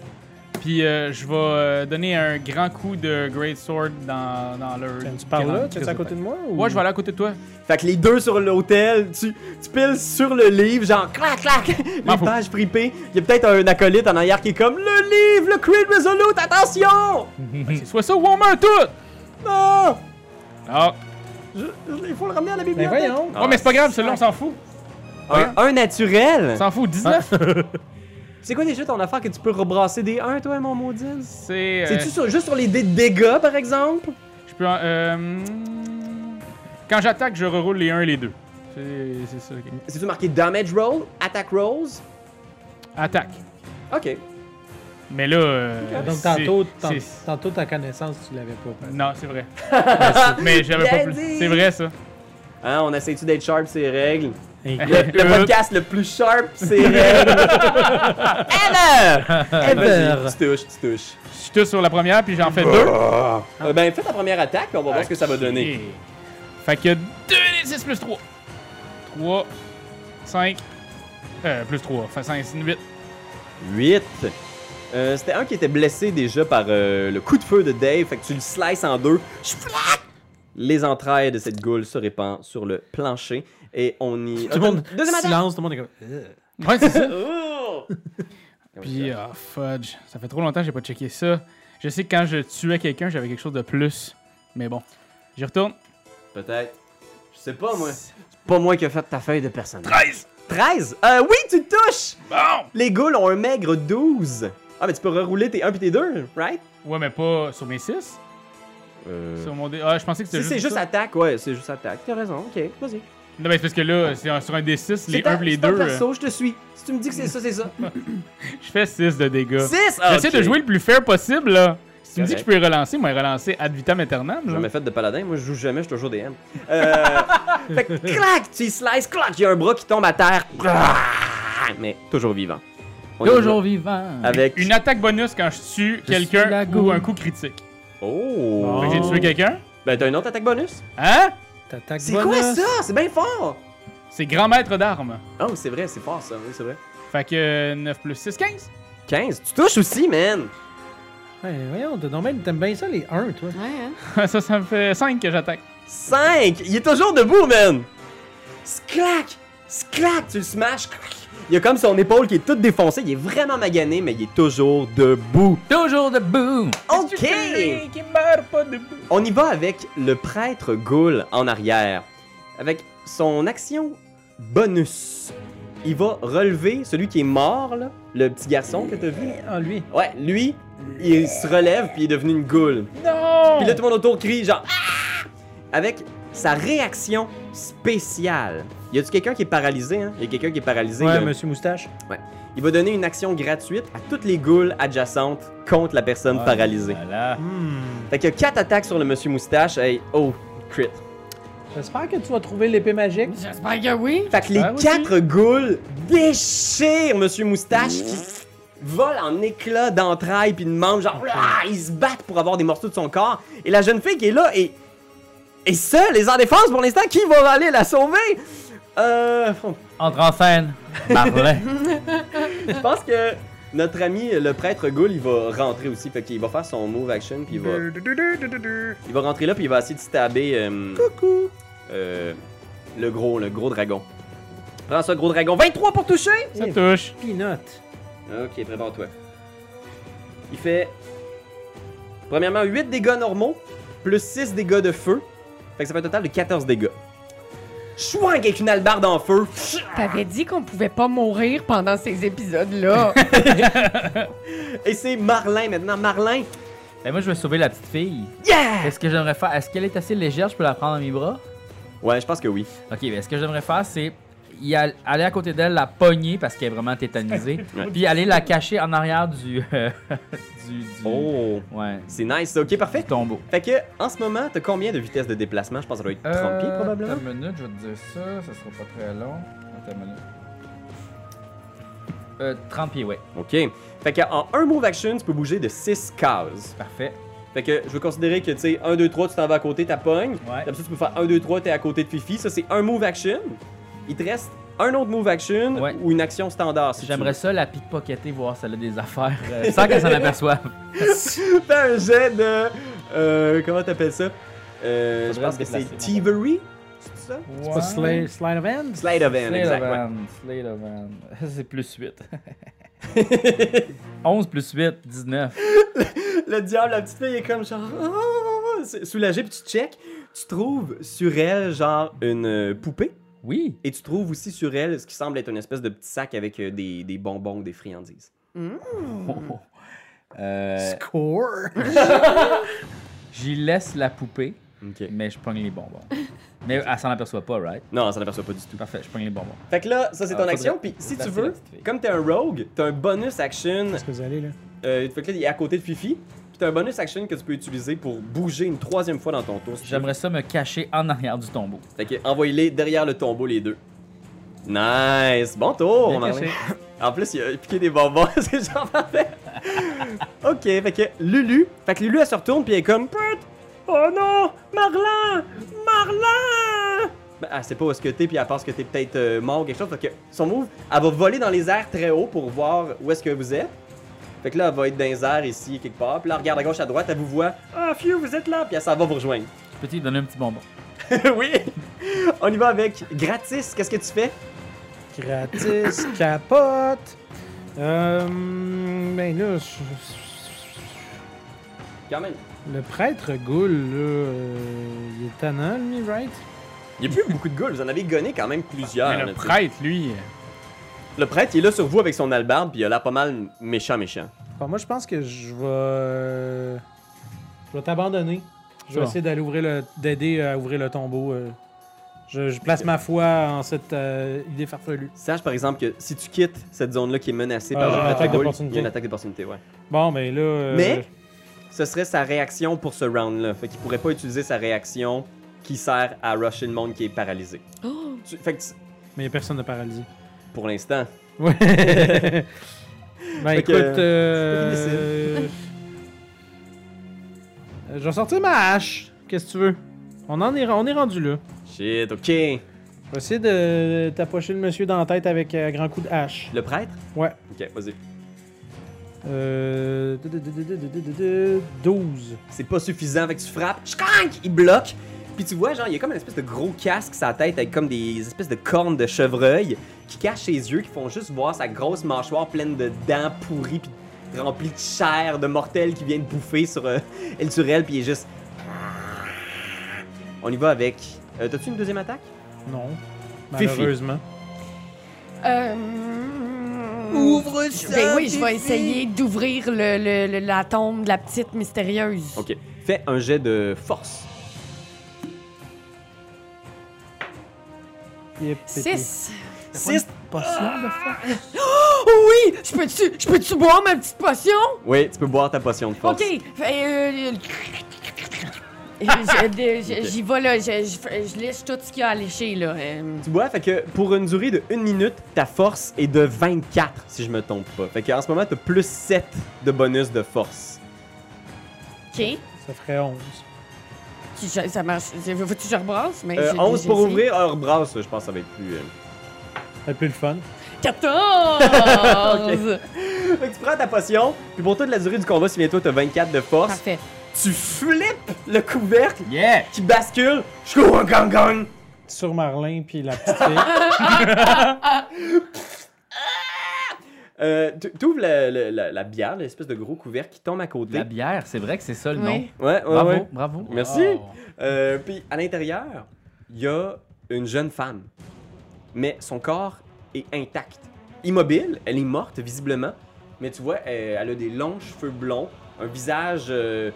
[SPEAKER 4] Puis euh, je vais euh, donner un grand coup de Great Sword dans, dans leur.
[SPEAKER 8] Tu parles là? Tu es à côté de moi? ou-
[SPEAKER 4] Ouais, je vais aller à côté de toi.
[SPEAKER 1] Fait que les deux sur l'autel, tu, tu piles sur le livre, genre clac, clac, les
[SPEAKER 4] fous.
[SPEAKER 1] pages fripées. Il y a peut-être un acolyte en arrière qui est comme le livre, le Creed Resolute, attention!
[SPEAKER 4] Ben, C'est soit ça ou on meurt tout!
[SPEAKER 1] Non!
[SPEAKER 4] Ah!
[SPEAKER 1] il faut le ramener à la
[SPEAKER 8] Ben
[SPEAKER 1] bibliothèque.
[SPEAKER 8] voyons.
[SPEAKER 4] ouais, mais c'est pas grave, celui-là on s'en fout.
[SPEAKER 1] Un, un
[SPEAKER 4] On
[SPEAKER 1] naturel.
[SPEAKER 4] s'en
[SPEAKER 8] Ah.
[SPEAKER 4] fout, 19.
[SPEAKER 1] C'est quoi déjà ton affaire que tu peux rebrasser des 1, toi, mon maudit?
[SPEAKER 4] C'est. euh,
[SPEAKER 1] C'est-tu sur- juste sur les dés de dégâts, par exemple?
[SPEAKER 4] Je peux. en- euh, hmm, quand j'attaque, je reroule les 1 et les 2. C'est c'est ça, ok.
[SPEAKER 1] C'est-tu marqué damage roll, attack rolls?
[SPEAKER 4] Attaque.
[SPEAKER 1] Ok.
[SPEAKER 4] Mais là. euh,
[SPEAKER 8] Ah, Donc,
[SPEAKER 4] c'est-
[SPEAKER 8] tantôt, tant-
[SPEAKER 4] c'est-
[SPEAKER 8] tantôt, ta connaissance, tu l'avais pas. ben. par exemple.
[SPEAKER 4] Non, c'est vrai. Mais j'avais pas
[SPEAKER 1] Bien
[SPEAKER 4] plus.
[SPEAKER 1] dit.
[SPEAKER 4] C'est vrai ça.
[SPEAKER 1] Hein, on essaie-tu d'être sharp, c'est règles? Le,
[SPEAKER 4] Euh,
[SPEAKER 1] le podcast le plus sharp, c'est règles. Ever! Ever! Tu touches, tu touches.
[SPEAKER 4] Je suis tout sur la première, puis j'en fais deux.
[SPEAKER 1] Euh, ben, fais ta première attaque, puis on va voir ce que ça va donner.
[SPEAKER 4] Et- Fait que 2d6 plus 3. 3, 5, euh, plus 3, enfin 5, 8.
[SPEAKER 1] 8. Euh, C'était un qui était blessé déjà par euh, le coup de feu de Dave, fait que tu le slices en deux. Chflac! Les entrailles de cette goule se répandent sur le plancher et on y.
[SPEAKER 8] Tout le monde,
[SPEAKER 1] Deuxième attaque!
[SPEAKER 8] silence, tout le monde est comme. Euh.
[SPEAKER 4] Ouais, c'est ça.
[SPEAKER 1] Oh!
[SPEAKER 4] Puis, ah, fudge. Ça fait trop longtemps que j'ai pas checké ça. Je sais que quand je tuais quelqu'un, j'avais quelque chose de plus. Mais bon, j'y retourne.
[SPEAKER 1] Peut-être. Je sais pas, moi. C'est pas moi qui a fait ta feuille de personnage. 13! 13? Euh, oui, tu touches!
[SPEAKER 4] Bon!
[SPEAKER 1] Les ghouls ont un maigre 12. Ah, mais tu peux rerouler tes 1 puis tes 2, right?
[SPEAKER 4] Ouais, mais pas sur mes 6. Sur mon dé- Ah, je pensais que
[SPEAKER 1] Si
[SPEAKER 4] c'était
[SPEAKER 1] c'est
[SPEAKER 4] juste.
[SPEAKER 1] juste
[SPEAKER 4] ça.
[SPEAKER 1] attaque, ouais, c'est juste attaque. T'as raison, ok, vas-y.
[SPEAKER 4] Non, mais c'est parce que là, c'est un- sur un D6,
[SPEAKER 1] C'est
[SPEAKER 4] les
[SPEAKER 1] ta-
[SPEAKER 4] 1 et les
[SPEAKER 1] c'est ton
[SPEAKER 4] 2,
[SPEAKER 1] perso, je te suis. Si tu me dis que c'est ça, c'est ça.
[SPEAKER 4] euh, je fais 6 de dégâts.
[SPEAKER 1] 6!
[SPEAKER 4] J'essaie de jouer le plus fair possible, là. Si tu me dis
[SPEAKER 1] Correct.
[SPEAKER 4] que je peux les relancer, moi, les relancer ad vitam aeternam,
[SPEAKER 1] J'ai
[SPEAKER 4] là.
[SPEAKER 1] jamais fait de paladin, moi je joue jamais, je suis toujours DM. Euh, fait que clac, tu y slices, clac, il y a un bras qui tombe à terre. Mais toujours vivant. On y va.
[SPEAKER 6] Toujours vivant.
[SPEAKER 1] Avec.
[SPEAKER 4] Une attaque bonus quand je tue quelqu'un
[SPEAKER 6] la
[SPEAKER 4] ou
[SPEAKER 6] goule.
[SPEAKER 4] un coup critique.
[SPEAKER 1] Oh!
[SPEAKER 4] Fait que j'ai tué quelqu'un.
[SPEAKER 1] Ben t'as une autre attaque bonus?
[SPEAKER 4] Hein?
[SPEAKER 8] T'attaques
[SPEAKER 1] C'est
[SPEAKER 8] bonus.
[SPEAKER 1] quoi ça? C'est bien fort!
[SPEAKER 4] C'est grand maître d'armes.
[SPEAKER 1] Oh, c'est vrai, c'est fort ça, oui, c'est vrai.
[SPEAKER 4] Fait que euh, 9 plus 6, 15.
[SPEAKER 1] 15, tu touches aussi, man!
[SPEAKER 8] Ouais, voyons, t'as normal, t'aimes bien ça, les 1, toi.
[SPEAKER 7] Ouais, hein?
[SPEAKER 4] ça, ça me fait 5 que j'attaque.
[SPEAKER 1] 5! Il est toujours debout, man! Sclac! Sclac! Tu le smashes! clac. Il y a comme son épaule qui est toute défoncée, il est vraiment magané, mais il est toujours debout.
[SPEAKER 6] Toujours debout.
[SPEAKER 1] Ok!
[SPEAKER 4] Qui meurt pas debout.
[SPEAKER 1] On y va avec le prêtre Ghoul en arrière. Avec son action bonus, il va relever celui qui est mort, là, le petit garçon que t'as vu.
[SPEAKER 8] Ah, lui.
[SPEAKER 1] Ouais, lui, il se relève puis il est devenu une goule.
[SPEAKER 4] Non!
[SPEAKER 1] Puis là, tout le monde autour crie genre Ah! avec sa réaction spéciale. Y a-tu quelqu'un qui est paralysé hein Y a quelqu'un qui est paralysé
[SPEAKER 8] Ouais,
[SPEAKER 1] là?
[SPEAKER 8] monsieur Moustache.
[SPEAKER 1] Il va donner une action gratuite à toutes les goules adjacentes contre la personne paralysée.
[SPEAKER 6] Voilà.
[SPEAKER 1] Fait qu'il y a 4 attaques sur le monsieur moustache. Hey, oh, crit.
[SPEAKER 8] J'espère que tu vas trouver l'épée magique.
[SPEAKER 7] J'espère que oui.
[SPEAKER 1] Fait que les
[SPEAKER 4] Ah, oui,
[SPEAKER 1] quatre goules déchirent Monsieur Moustache, volent en éclats d'entrailles puis de membres, genre, ah, ils se battent pour avoir des morceaux de son corps. Et la jeune fille qui est là est, est seule, les en défense pour l'instant. Qui va aller la sauver? Euh,
[SPEAKER 6] Entre en scène. Marlin.
[SPEAKER 1] je pense que notre ami le prêtre Goul, il va rentrer aussi. Fait qu'il va faire son move action puis il va, il va rentrer là puis il va essayer de stabber. Coucou! le gros, le gros dragon. Prends ça, gros dragon. 23 pour toucher!
[SPEAKER 4] Ça touche.
[SPEAKER 8] Peanut.
[SPEAKER 1] Ok, prépare-toi. Il fait. Premièrement, 8 dégâts normaux, plus 6 dégâts de feu. Fait que ça fait un total de 14 dégâts. Chouang avec une albarde en feu.
[SPEAKER 7] T'avais dit qu'on pouvait pas mourir pendant ces épisodes-là.
[SPEAKER 1] Et c'est Marlin maintenant. Marlin,
[SPEAKER 6] Ben, moi, je vais sauver la petite fille.
[SPEAKER 1] yeah!
[SPEAKER 6] Est-ce que j'aimerais faire. Est-ce qu'elle est assez légère, je peux la prendre dans mes bras?
[SPEAKER 1] Ouais, je pense que oui.
[SPEAKER 6] Ok, ben, ce que j'aimerais faire, c'est y all- aller à côté d'elle, la pogner parce qu'elle est vraiment tétanisée,
[SPEAKER 1] Ouais.
[SPEAKER 6] puis aller la cacher en arrière du. euh, du, du-
[SPEAKER 1] Oh,
[SPEAKER 6] Ouais.
[SPEAKER 1] c'est nice. ça. Ok,
[SPEAKER 6] Du
[SPEAKER 1] parfait.
[SPEAKER 6] tombeau.
[SPEAKER 1] Fait que, en ce moment, t'as combien de vitesse de déplacement? Je pense que ça doit être 30 pieds probablement.
[SPEAKER 6] Euh, Une minute, je vais te dire ça, ça sera pas très long. Attends une minute. Euh, 30 pieds, ouais.
[SPEAKER 1] Ok. Fait que, en un move action, tu peux bouger de 6 cases.
[SPEAKER 6] Parfait.
[SPEAKER 1] Fait que je veux considérer que tu sais 1 2 3 tu t'en vas à côté, ta pogne.
[SPEAKER 6] Ouais.
[SPEAKER 1] Comme ça tu peux faire 1 2 3 t'es à côté de Fifi, ça c'est un move action. Il te reste un autre move action
[SPEAKER 6] Ouais.
[SPEAKER 1] ou une action standard si tu
[SPEAKER 6] J'aimerais ça la pickpocketer, voir si elle a des affaires, euh, sans qu'elle s'en aperçoive.
[SPEAKER 1] veux. Fais un jet de euh, comment t'appelles ça Euh, je
[SPEAKER 6] Faudrait
[SPEAKER 1] pense
[SPEAKER 6] se
[SPEAKER 1] que c'est
[SPEAKER 6] déplacer.
[SPEAKER 1] thievery, c'est ça
[SPEAKER 8] C'est pas Slide, slide of Hand?
[SPEAKER 1] Slide of hand, exact. ouais.
[SPEAKER 6] Slay the van. Ça, c'est plus 8. 11 plus 8, 19.
[SPEAKER 1] Le diable, la petite fille est comme genre Ah! C'est soulagée puis tu check, tu trouves sur elle genre une euh, poupée
[SPEAKER 6] Oui.
[SPEAKER 1] et tu trouves aussi sur elle ce qui semble être une espèce de petit sac avec euh, des, des bonbons, des friandises.
[SPEAKER 6] Euh,
[SPEAKER 8] Score!
[SPEAKER 6] J'y laisse la poupée,
[SPEAKER 1] Ok.
[SPEAKER 6] mais je pogne les bonbons. Mais elle s'en aperçoit pas, right?
[SPEAKER 1] Non, ça n'aperçoit pas du tout.
[SPEAKER 6] Parfait, je pogne les bonbons.
[SPEAKER 1] Fait que là, ça c'est
[SPEAKER 6] Ah,
[SPEAKER 1] ton
[SPEAKER 6] faudrait-
[SPEAKER 1] action, puis si tu
[SPEAKER 6] placer
[SPEAKER 1] veux,
[SPEAKER 6] la petite fille.
[SPEAKER 1] comme t'es un rogue, t'as un bonus action.
[SPEAKER 8] Est-ce que vous allez, là?
[SPEAKER 1] Euh, fait que là, il est à côté de Fifi, puis t'as un bonus action que tu peux utiliser pour bouger une troisième fois dans ton tour. si tu veux.
[SPEAKER 6] J'aimerais ça me cacher en arrière du tombeau.
[SPEAKER 1] Fait que envoyez-les derrière le tombeau, les deux. Nice! Bon tour,
[SPEAKER 6] Bien
[SPEAKER 1] Marlin.
[SPEAKER 6] caché.
[SPEAKER 1] Oh, En plus, il a piqué des bonbons, c'est genre parfait. ok, fait que Lulu, fait que Lulu elle se retourne puis elle est comme Put! Oh non! Marlin! Marlin! Ben, elle sait pas où est-ce que t'es puis elle pense que t'es peut-être euh, mort ou quelque chose. Fait que son move, elle va voler dans les airs très haut pour voir où est-ce que vous êtes. Fait que là, elle va être dans les airs ici, quelque part. Puis là, elle regarde à gauche, à droite, elle vous voit. Ah, fiu, vous êtes là! Puis elle s'en va vous rejoindre.
[SPEAKER 6] Peux-tu lui donner un petit bonbon?
[SPEAKER 1] oui! On y va avec gratis. Qu'est-ce que tu fais?
[SPEAKER 8] Gratis, capote! Euh. Ben là, je-
[SPEAKER 1] Quand même.
[SPEAKER 8] le prêtre Ghoul, là, euh, il est tannant, lui, right?
[SPEAKER 1] Il n'y a plus beaucoup de gars, vous en avez gonné quand même plusieurs.
[SPEAKER 4] Mais
[SPEAKER 1] là,
[SPEAKER 4] le
[SPEAKER 1] tu sais.
[SPEAKER 4] prêtre, lui.
[SPEAKER 1] Le prêtre, il est là sur vous avec son albarde, puis il a l'air pas mal méchant, méchant.
[SPEAKER 8] Bon, moi, je pense que je vais. Je vais t'abandonner. Je vais
[SPEAKER 4] Bon.
[SPEAKER 8] essayer d'aller ouvrir le... d'aider à ouvrir le tombeau. euh. Je, je place ma foi en cette euh, idée farfelue.
[SPEAKER 1] Sache par exemple que si tu quittes cette zone-là qui est menacée par
[SPEAKER 8] Ah,
[SPEAKER 1] le
[SPEAKER 8] j'ai une
[SPEAKER 1] Patrick
[SPEAKER 8] attaque
[SPEAKER 1] Bull,
[SPEAKER 8] d'opportunité.
[SPEAKER 1] il y a une attaque d'opportunité, ouais.
[SPEAKER 8] Bon, mais là. euh,
[SPEAKER 1] Mais ce serait sa réaction pour ce round-là. Fait qu'il pourrait pas utiliser sa réaction qui sert à rusher le monde qui est paralysé. Tu- Fait que tu-
[SPEAKER 8] Mais y a personne de paralysé.
[SPEAKER 1] pour l'instant,
[SPEAKER 8] Ouais. ben
[SPEAKER 1] Fait
[SPEAKER 8] écoute,
[SPEAKER 1] que,
[SPEAKER 8] euh, euh, je vais sortir ma hache. Qu'est-ce que tu veux? On en est, on est rendu là.
[SPEAKER 1] shit, ok.
[SPEAKER 8] Je vais essayer de t'approcher le monsieur dans la tête avec un grand coup de hache.
[SPEAKER 1] Le prêtre
[SPEAKER 8] Ouais.
[SPEAKER 1] Ok, vas-y.
[SPEAKER 8] Euh, du- du- du- du- du- du- du- du- 12.
[SPEAKER 1] C'est pas suffisant, fait que tu frappes, shkank, il bloque. Puis tu vois, genre, il y a comme une espèce de gros casque sur la tête avec comme des espèces de cornes de chevreuil qui cachent ses yeux, qui font juste voir sa grosse mâchoire pleine de dents pourries, puis remplie de chair, de mortels qui viennent bouffer sur euh, elle sur elle, puis il est juste. On y va avec. Euh, T'as-tu une deuxième attaque?
[SPEAKER 8] Non.
[SPEAKER 1] Fifi.
[SPEAKER 8] Malheureusement.
[SPEAKER 7] Euh...
[SPEAKER 6] Ouvre
[SPEAKER 7] Je- Ben oui, je vais essayer d'ouvrir le- le- le- la tombe de la petite mystérieuse.
[SPEAKER 1] Ok. Fais un jet de force.
[SPEAKER 7] 6.
[SPEAKER 1] Six.
[SPEAKER 7] Oh Oui, je peux-tu je peux-tu boire ma petite potion?
[SPEAKER 1] Oui, tu peux boire ta potion de force.
[SPEAKER 7] OK. Fait, euh, euh, je- je- je-
[SPEAKER 1] Ok.
[SPEAKER 7] J'y vais, là. Je, je, je lèche tout ce qu'il y a à lécher, là. Euh,
[SPEAKER 1] Tu vois, fait que pour une durée de 1 minute, ta force est de 24, si je me trompe pas. Fait qu'en ce moment, t'as plus 7 de bonus de force.
[SPEAKER 7] OK.
[SPEAKER 8] Ça ferait 11.
[SPEAKER 7] Tu- je- ça marche. Je- Veux-tu que je rebrasse? Mais
[SPEAKER 1] Euh,
[SPEAKER 7] Ben, j'ai-
[SPEAKER 1] 11
[SPEAKER 7] j'ai
[SPEAKER 1] pour
[SPEAKER 7] essayé.
[SPEAKER 1] ouvrir, hors bras, je pense, ça va être plus... euh.
[SPEAKER 8] C'est plus le fun.
[SPEAKER 7] 14!
[SPEAKER 1] Fait que tu prends ta potion, puis pour toute la durée du combat, si bien toi, t'as 24 de force,
[SPEAKER 7] Parfait.
[SPEAKER 1] tu flippes le couvercle
[SPEAKER 6] Yeah!
[SPEAKER 1] qui bascule. Shkou, gang, gang.
[SPEAKER 8] Sur Marlin puis la petite fille.
[SPEAKER 1] Euh, tu- T'ouvres la, la, la- la bière, l'espèce de gros couvercle qui tombe à côté.
[SPEAKER 6] La bière, c'est vrai que c'est ça le nom.
[SPEAKER 7] Oui.
[SPEAKER 1] Ouais, ouais,
[SPEAKER 6] Bravo,
[SPEAKER 1] Ah, ouais.
[SPEAKER 6] bravo.
[SPEAKER 1] Merci.
[SPEAKER 4] Oh.
[SPEAKER 1] Euh, puis à l'intérieur, il y a une jeune femme. Mais son corps est intact. Immobile, elle est morte visiblement. Mais tu vois, elle, elle a des longs cheveux blonds, un visage, euh,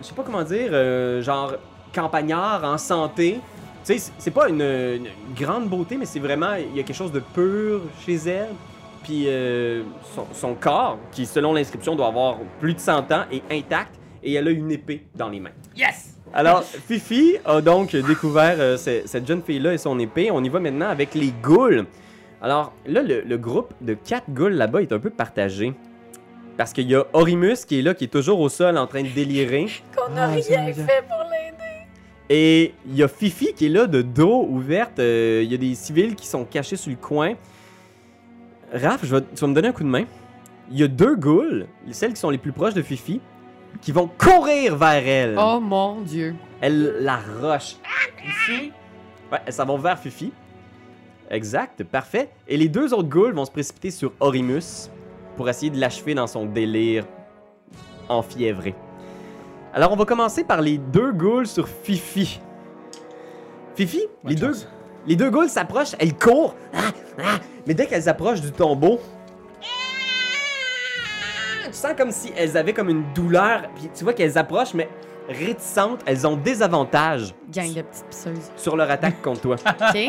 [SPEAKER 1] je sais pas comment dire, euh, genre campagnard, en santé. Tu sais, c'est- c'est pas une, une- une grande beauté, mais c'est vraiment, il y a quelque chose de pur chez elle. Puis euh, son, son corps, qui selon l'inscription doit avoir plus de 100 ans, est intact et elle a une épée dans les mains.
[SPEAKER 6] Yes!
[SPEAKER 1] Alors, Fifi a donc découvert euh, ce- cette jeune fille-là et son épée. On y va maintenant avec les ghouls. Alors, là, le, le groupe de quatre ghouls là-bas est un peu partagé. Parce qu'il y a Orimus qui est là, qui est toujours au sol en train de délirer.
[SPEAKER 7] Qu'on n'a
[SPEAKER 8] Ah, ça
[SPEAKER 7] rien
[SPEAKER 8] va bien.
[SPEAKER 7] fait pour l'aider.
[SPEAKER 1] Et il y a Fifi qui est là de dos ouverte. Euh, Il y a des civils qui sont cachés sur le coin. Raph, je vais- tu vas me donner un coup de main. Il y a deux ghouls, celles qui sont les plus proches de Fifi, qui vont courir vers elle.
[SPEAKER 7] Oh mon Dieu.
[SPEAKER 1] Elle la roche. Ici. Ouais, elles s'en vont vers Fifi. Exact, parfait. Et les deux autres ghouls vont se précipiter sur Orimus pour essayer de l'achever dans son délire enfiévré. Alors, on va commencer par les deux ghouls sur Fifi. Fifi, les deux, les deux ghouls s'approchent, elles courent. Ah, ah. mais dès qu'elles approchent du tombeau, tu sens comme si elles avaient comme une douleur. Puis tu vois qu'elles approchent, mais réticentes, elles ont des avantages
[SPEAKER 7] Gang de petites pisseuses.
[SPEAKER 1] sur leur attaque contre toi.
[SPEAKER 7] OK?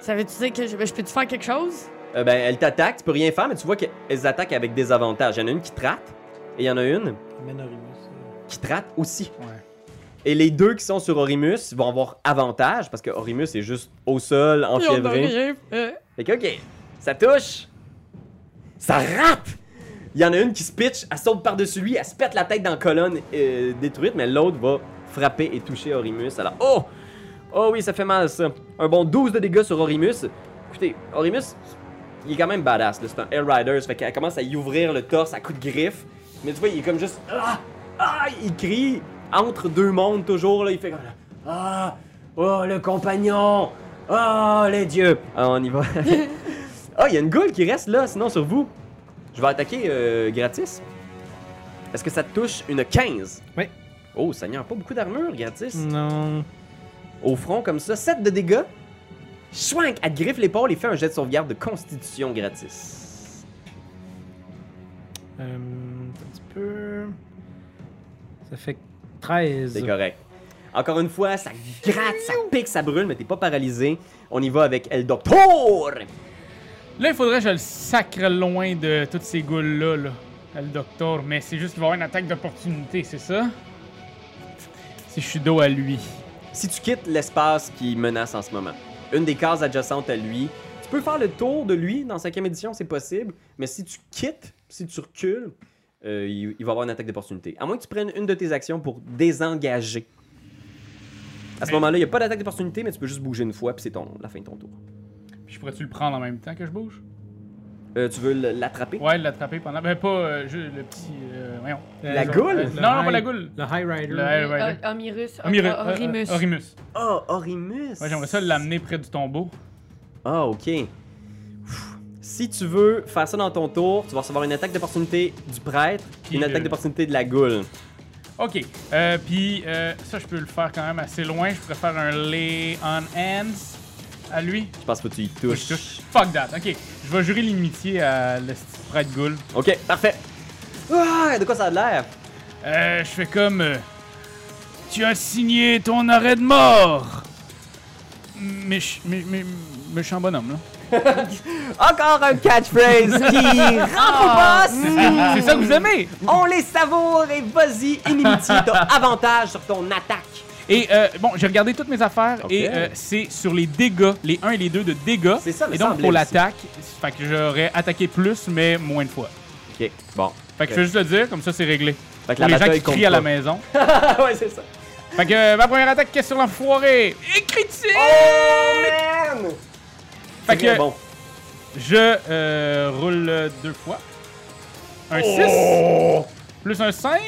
[SPEAKER 7] Ça veut-tu dire que je, je peux-tu faire quelque chose?
[SPEAKER 1] Euh, ben, elles t'attaquent, tu peux rien faire, mais tu vois qu'elles attaquent avec des avantages. Il y en a une qui te rate, et il y en a une
[SPEAKER 8] Amène Orimus.
[SPEAKER 1] qui te rate aussi.
[SPEAKER 8] Ouais.
[SPEAKER 1] Et les deux qui sont sur Orimus vont avoir avantage, parce que Orimus est juste au sol, enfiévré.
[SPEAKER 7] euh,
[SPEAKER 1] Fait que, ok, ça touche. Ça rate! Il y en a une qui se pitch, elle saute par-dessus lui, elle se pète la tête dans la colonne euh, détruite, mais l'autre va frapper et toucher Orimus. Alors, oh! Oh oui, ça fait mal ça. Un bon 12 de dégâts sur Orimus. Écoutez, Orimus, il est quand même badass, là. c'est un Air Rider, ça fait qu'elle commence à y ouvrir le torse à coups de griffes. Mais tu vois, il est comme juste. Ah! Ah! Il crie entre deux mondes toujours, là, il fait comme. Ah! Oh, le compagnon! Oh, les dieux! Ah, on y va. Ah, il y a une goule qui reste là, sinon sur vous. Je vais attaquer euh, gratis. Est-ce que ça te touche une 15?
[SPEAKER 8] Oui.
[SPEAKER 1] Oh, ça n'y a pas beaucoup d'armure, gratis.
[SPEAKER 8] Non.
[SPEAKER 1] Au front comme ça, 7 de dégâts. Schwank, elle te griffe l'épaule et fait un jet de sauvegarde de constitution gratis.
[SPEAKER 8] Euh, un petit peu. Ça fait 13.
[SPEAKER 1] C'est correct. Encore une fois, ça gratte, ça pique, ça brûle, mais t'es pas paralysé. On y va avec El Doctor!
[SPEAKER 4] Là, il faudrait que je le sacre loin de toutes ces goules-là, là, à le docteur. Mais c'est juste qu'il va avoir une attaque d'opportunité, c'est ça? Si je suis dos à lui.
[SPEAKER 1] Si tu quittes l'espace qui menace en ce moment, une des cases adjacentes à lui, tu peux faire le tour de lui dans 5 édition, c'est possible, mais si tu quittes, si tu recules, euh, il, il va avoir une attaque d'opportunité. À moins que tu prennes une de tes actions pour désengager. À ce moment-là, il n'y a pas d'attaque d'opportunité, mais tu peux juste bouger une fois, puis c'est ton- la fin de ton tour.
[SPEAKER 4] Puis je pourrais-tu le prendre en même temps que je bouge?
[SPEAKER 1] Euh, tu veux l- l'attraper?
[SPEAKER 4] Ouais, l'attraper pendant. Ben, pas euh, juste le petit. euh, voyons.
[SPEAKER 8] Euh,
[SPEAKER 1] La
[SPEAKER 8] genre,
[SPEAKER 1] goule?
[SPEAKER 8] euh,
[SPEAKER 4] Non,
[SPEAKER 8] le
[SPEAKER 4] non,
[SPEAKER 8] high-
[SPEAKER 4] pas la goule.
[SPEAKER 8] Le High Rider.
[SPEAKER 4] Le High Rider.
[SPEAKER 7] O- Omirus. O-
[SPEAKER 4] Omiri-
[SPEAKER 7] O- Orimus.
[SPEAKER 4] euh, euh, Orimus.
[SPEAKER 1] Oh, Orimus!
[SPEAKER 4] Ouais, j'aimerais ça l'amener près du tombeau.
[SPEAKER 1] Ah, ok. Ouf. Si tu veux faire ça dans ton tour, tu vas recevoir une attaque d'opportunité du prêtre,
[SPEAKER 4] Puis
[SPEAKER 1] une
[SPEAKER 4] le-
[SPEAKER 1] attaque d'opportunité de la goule.
[SPEAKER 4] Ok. Euh, puis euh, ça, je peux le faire quand même assez loin. Je pourrais faire un lay on hands à lui.
[SPEAKER 1] Je pense que tu y
[SPEAKER 4] Faut que
[SPEAKER 1] touches.
[SPEAKER 4] je touche. Fuck that. Ok. Je vais jurer l'inimitié à le petit prêtre goule.
[SPEAKER 1] Ok, parfait. Ah, de quoi ça a l'air?
[SPEAKER 4] Euh, je fais comme. euh, tu as signé ton arrêt de mort. Mais je mais- mais- mais je suis un bonhomme, là.
[SPEAKER 1] Encore un catchphrase qui rentre au boss!
[SPEAKER 4] C'est ça que vous aimez!
[SPEAKER 1] On les savoure et vas-y, inimitié, t'as avantage sur ton attaque.
[SPEAKER 4] Et euh, bon, j'ai regardé toutes mes affaires
[SPEAKER 1] Ok.
[SPEAKER 4] et euh, c'est sur les dégâts, les 1 et les 2 de dégâts.
[SPEAKER 1] C'est ça, me
[SPEAKER 4] Et donc
[SPEAKER 1] semblait
[SPEAKER 4] pour
[SPEAKER 1] aussi.
[SPEAKER 4] l'attaque, fait que j'aurais attaqué plus, mais moins de fois.
[SPEAKER 1] Ok, bon.
[SPEAKER 4] Fait que je vais juste le dire, comme ça c'est réglé.
[SPEAKER 1] Fait que
[SPEAKER 4] Pour les gens qui
[SPEAKER 1] compte
[SPEAKER 4] crient à la
[SPEAKER 1] pas.
[SPEAKER 4] maison.
[SPEAKER 1] ouais, c'est ça.
[SPEAKER 4] fait que euh, ma première attaque qui est sur l'enfoiré. Et critique!
[SPEAKER 1] Man!
[SPEAKER 4] fait que
[SPEAKER 1] Bon,
[SPEAKER 4] je euh, roule euh, deux fois. Un 6
[SPEAKER 1] Oh!
[SPEAKER 4] plus un 5.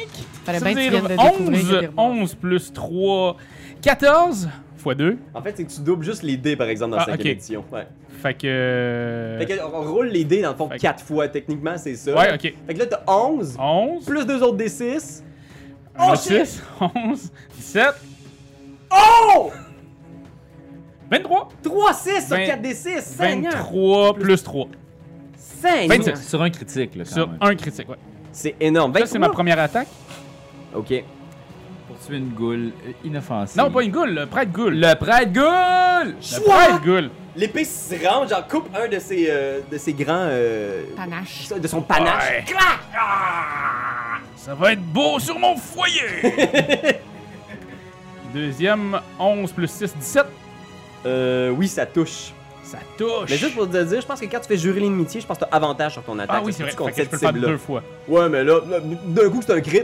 [SPEAKER 7] Fallait
[SPEAKER 4] ça
[SPEAKER 7] bien
[SPEAKER 4] veut
[SPEAKER 7] que tu
[SPEAKER 4] dire
[SPEAKER 7] viennes de découvrir qu'il y a
[SPEAKER 4] 11,
[SPEAKER 7] des remords.
[SPEAKER 4] 11 plus 3, 14 fois 2.
[SPEAKER 1] en fait, c'est que tu doubles juste les dés, par exemple, dans
[SPEAKER 4] Ah,
[SPEAKER 1] cinquième
[SPEAKER 4] ok.
[SPEAKER 1] édition. Ouais.
[SPEAKER 4] Fait que... euh,
[SPEAKER 1] Fait que, on roule les dés, dans le fond,
[SPEAKER 4] Fait que-
[SPEAKER 1] 4 fois, techniquement, c'est ça.
[SPEAKER 4] Ouais, ok.
[SPEAKER 1] Fait que là, t'as 11,
[SPEAKER 4] 11.
[SPEAKER 1] plus deux autres des 6.
[SPEAKER 4] Oh,
[SPEAKER 1] Oh,
[SPEAKER 4] 6, 11, 17,
[SPEAKER 1] Oh!
[SPEAKER 4] 23,
[SPEAKER 1] 3, 6 sur
[SPEAKER 4] Vingt-
[SPEAKER 1] 4 des 6, Seigneur!
[SPEAKER 4] 23 plus 3.
[SPEAKER 1] Seigneur!
[SPEAKER 4] 26.
[SPEAKER 6] Sur un critique, là, quand
[SPEAKER 4] Sur
[SPEAKER 6] même.
[SPEAKER 4] un critique, ouais.
[SPEAKER 1] C'est énorme.
[SPEAKER 4] Ça, c'est ma
[SPEAKER 1] 23.
[SPEAKER 4] première attaque.
[SPEAKER 1] Ok.
[SPEAKER 6] Pour tuer une goule euh, inoffensive.
[SPEAKER 4] Non, pas une goule, le prêtre goule.
[SPEAKER 6] Le prêtre goule!
[SPEAKER 4] Le prêtre goule.
[SPEAKER 1] L'épée se range, genre coupe un de ses, euh, de ses grands. euh,
[SPEAKER 7] Panache.
[SPEAKER 1] de son panache.
[SPEAKER 4] Ouais.
[SPEAKER 1] Ah!
[SPEAKER 4] Ça va être beau sur mon foyer. Deuxième, 11 plus 6, 17.
[SPEAKER 1] Euh, oui, ça touche.
[SPEAKER 4] Ça touche.
[SPEAKER 1] Mais juste pour te dire, je pense que quand tu fais jurer l'inimitié, je pense que t'as avantage sur ton attaque.
[SPEAKER 4] ah oui,
[SPEAKER 1] Ça
[SPEAKER 4] c'est
[SPEAKER 1] se
[SPEAKER 4] vrai.
[SPEAKER 1] peut-tu contre
[SPEAKER 4] Fait que je peux
[SPEAKER 1] cette
[SPEAKER 4] le faire
[SPEAKER 1] cible-là?
[SPEAKER 4] deux fois.
[SPEAKER 1] Ouais, mais là, là, d'un coup, c'est un crit.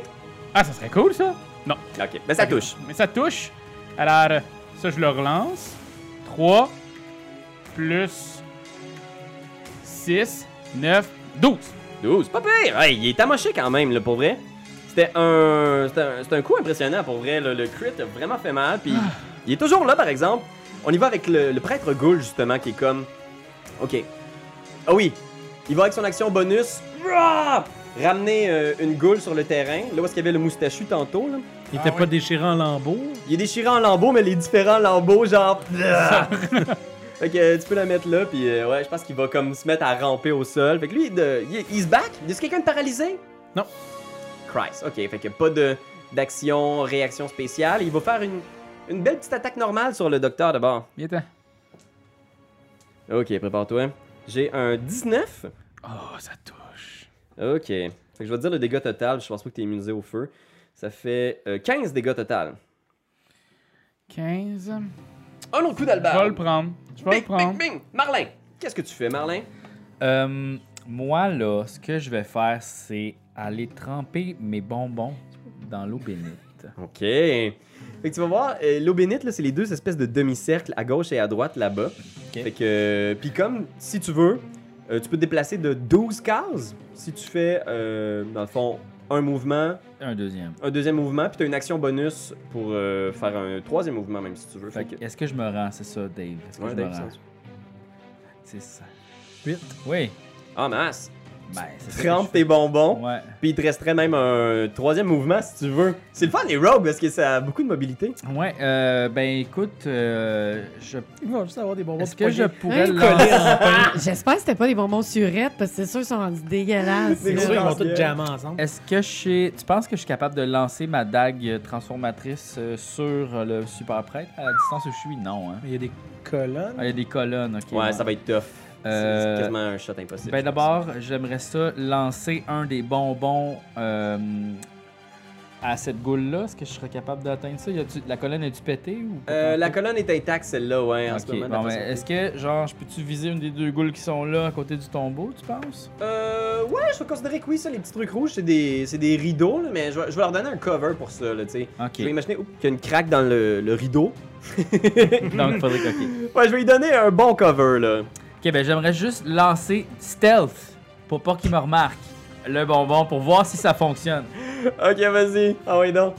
[SPEAKER 4] Ah, ça serait cool, ça.
[SPEAKER 1] Ok, mais ça touche.
[SPEAKER 4] Mais ça touche. Alors, euh, ça, je le relance. 3 plus 6, 9, 12.
[SPEAKER 1] 12, pas pire. Ouais, il est amoché quand même, là, pour vrai. C'était un, c'était un, c'était un coup impressionnant, pour vrai. là. Le crit a vraiment fait mal. Puis il est toujours là, par exemple. On y va avec le, le prêtre ghoul, justement, qui est comme. Ok. Ah oui, il va avec son action bonus. Rah! Ramener euh, une goule sur le terrain. Là où est-ce qu'il y avait le moustachu tantôt, là.
[SPEAKER 8] Il était
[SPEAKER 4] Ah,
[SPEAKER 8] pas
[SPEAKER 4] ouais.
[SPEAKER 8] déchiré en lambeaux.
[SPEAKER 1] Il est déchiré en lambeaux, mais les différents lambeaux, genre. fait que euh, tu peux la mettre là, puis euh, ouais, je pense qu'il va comme se mettre à ramper au sol. Fait que lui, il, de- il, il se back. Est-ce quelqu'un de paralysé?
[SPEAKER 8] Non.
[SPEAKER 1] Christ, ok. Fait que pas de d'action, réaction spéciale. Il va faire une, une belle petite attaque normale sur le docteur d'abord.
[SPEAKER 4] Bien temps.
[SPEAKER 1] Ok, prépare-toi. J'ai un 19.
[SPEAKER 4] Oh, ça touche.
[SPEAKER 1] Ok. Fait que je vais te dire le dégât total. Je pense pas que t'es immunisé au feu. Ça fait euh, 15 dégâts total.
[SPEAKER 4] 15.
[SPEAKER 1] Un autre coup
[SPEAKER 4] Je vais le
[SPEAKER 1] d'albert.
[SPEAKER 4] prendre. Je
[SPEAKER 1] Bah
[SPEAKER 4] vais le
[SPEAKER 1] Bing, bing,
[SPEAKER 4] prendre.
[SPEAKER 1] bing. Marlin, qu'est-ce que tu fais, Marlin?
[SPEAKER 6] Euh, moi, là, ce que je vais faire, c'est aller tremper mes bonbons dans l'eau bénite.
[SPEAKER 1] OK. Fait que tu vas voir, euh, l'eau bénite, là, c'est les deux espèces de demi-cercles à gauche et à droite là-bas. Fait que, euh, puis comme, si tu veux, euh, tu peux te déplacer de 12 cases si tu fais, euh, dans le fond, un mouvement,
[SPEAKER 6] Un deuxième.
[SPEAKER 1] un deuxième mouvement, puis tu as une action bonus pour euh, faire un troisième mouvement, même si tu veux.
[SPEAKER 6] Fait que, est-ce que je me rends, c'est ça, Dave?
[SPEAKER 1] ben,
[SPEAKER 6] Est-ce que
[SPEAKER 1] Ouais,
[SPEAKER 6] je
[SPEAKER 1] Dave,
[SPEAKER 6] me rends?
[SPEAKER 1] ça-
[SPEAKER 6] C'est ça.
[SPEAKER 8] Huit.
[SPEAKER 6] Oui.
[SPEAKER 1] Ah, masse!
[SPEAKER 6] Ben, c'est ça que
[SPEAKER 1] Trempe
[SPEAKER 6] je
[SPEAKER 1] tes bonbons.
[SPEAKER 6] fais. Ouais.
[SPEAKER 1] Puis il te resterait même un troisième mouvement si tu veux. C'est le fun des rogues parce que ça a beaucoup de mobilité.
[SPEAKER 6] Ouais, euh, ben écoute, euh, je...
[SPEAKER 3] Il va juste avoir des bonbons.
[SPEAKER 6] est-ce
[SPEAKER 3] de
[SPEAKER 6] que je
[SPEAKER 3] poignet.
[SPEAKER 6] pourrais
[SPEAKER 7] Hein,
[SPEAKER 6] lancer...
[SPEAKER 7] J'espère que c'était pas des bonbons surettes parce que c'est sûr qu'ils sont rendus dégueulasses.
[SPEAKER 1] Des
[SPEAKER 8] C'est
[SPEAKER 7] là.
[SPEAKER 8] sûr, ils vont
[SPEAKER 1] Bien.
[SPEAKER 8] tous jammer ensemble.
[SPEAKER 6] Est-ce que je sais- tu penses que je suis capable de lancer ma dague transformatrice euh, sur euh, le super prêtre à la distance où je suis Non. Hein.
[SPEAKER 8] Il y a des colonnes.
[SPEAKER 6] Ah, il y a des colonnes, ok.
[SPEAKER 1] ouais,
[SPEAKER 6] bon.
[SPEAKER 1] ça va être tough. C'est-
[SPEAKER 6] Euh,
[SPEAKER 1] C'est quasiment un shot impossible.
[SPEAKER 6] Ben
[SPEAKER 1] je pense.
[SPEAKER 6] d'abord, j'aimerais ça lancer un des bonbons euh, à cette goule-là. Est-ce que je serais capable d'atteindre ça Y a-tu- La colonne est-tu pétée ou pas
[SPEAKER 1] Euh, la colonne est intacte celle-là, ouais, en
[SPEAKER 6] Ok,
[SPEAKER 1] ce moment.
[SPEAKER 6] bon,
[SPEAKER 1] d'après
[SPEAKER 6] ben,
[SPEAKER 1] ça.
[SPEAKER 6] Est-ce que, genre, je peux-tu viser une des deux goules qui sont là à côté du tombeau, tu penses
[SPEAKER 1] Euh, ouais, je vais considérer que oui, ça, les petits trucs rouges, c'est des, c'est des rideaux, là, mais je vais, je vais leur donner un cover pour ça, là, tu sais.
[SPEAKER 6] Ok.
[SPEAKER 1] Je vais imaginer oups, qu'il y a une craque dans le, le rideau.
[SPEAKER 6] Donc, faudrait que. ok.
[SPEAKER 1] Ouais, je vais lui donner un bon cover, là.
[SPEAKER 6] Ok, ben j'aimerais juste lancer stealth pour pas qu'il me remarque le bonbon pour voir si ça fonctionne.
[SPEAKER 1] Ok, vas-y, ah ouais, donc.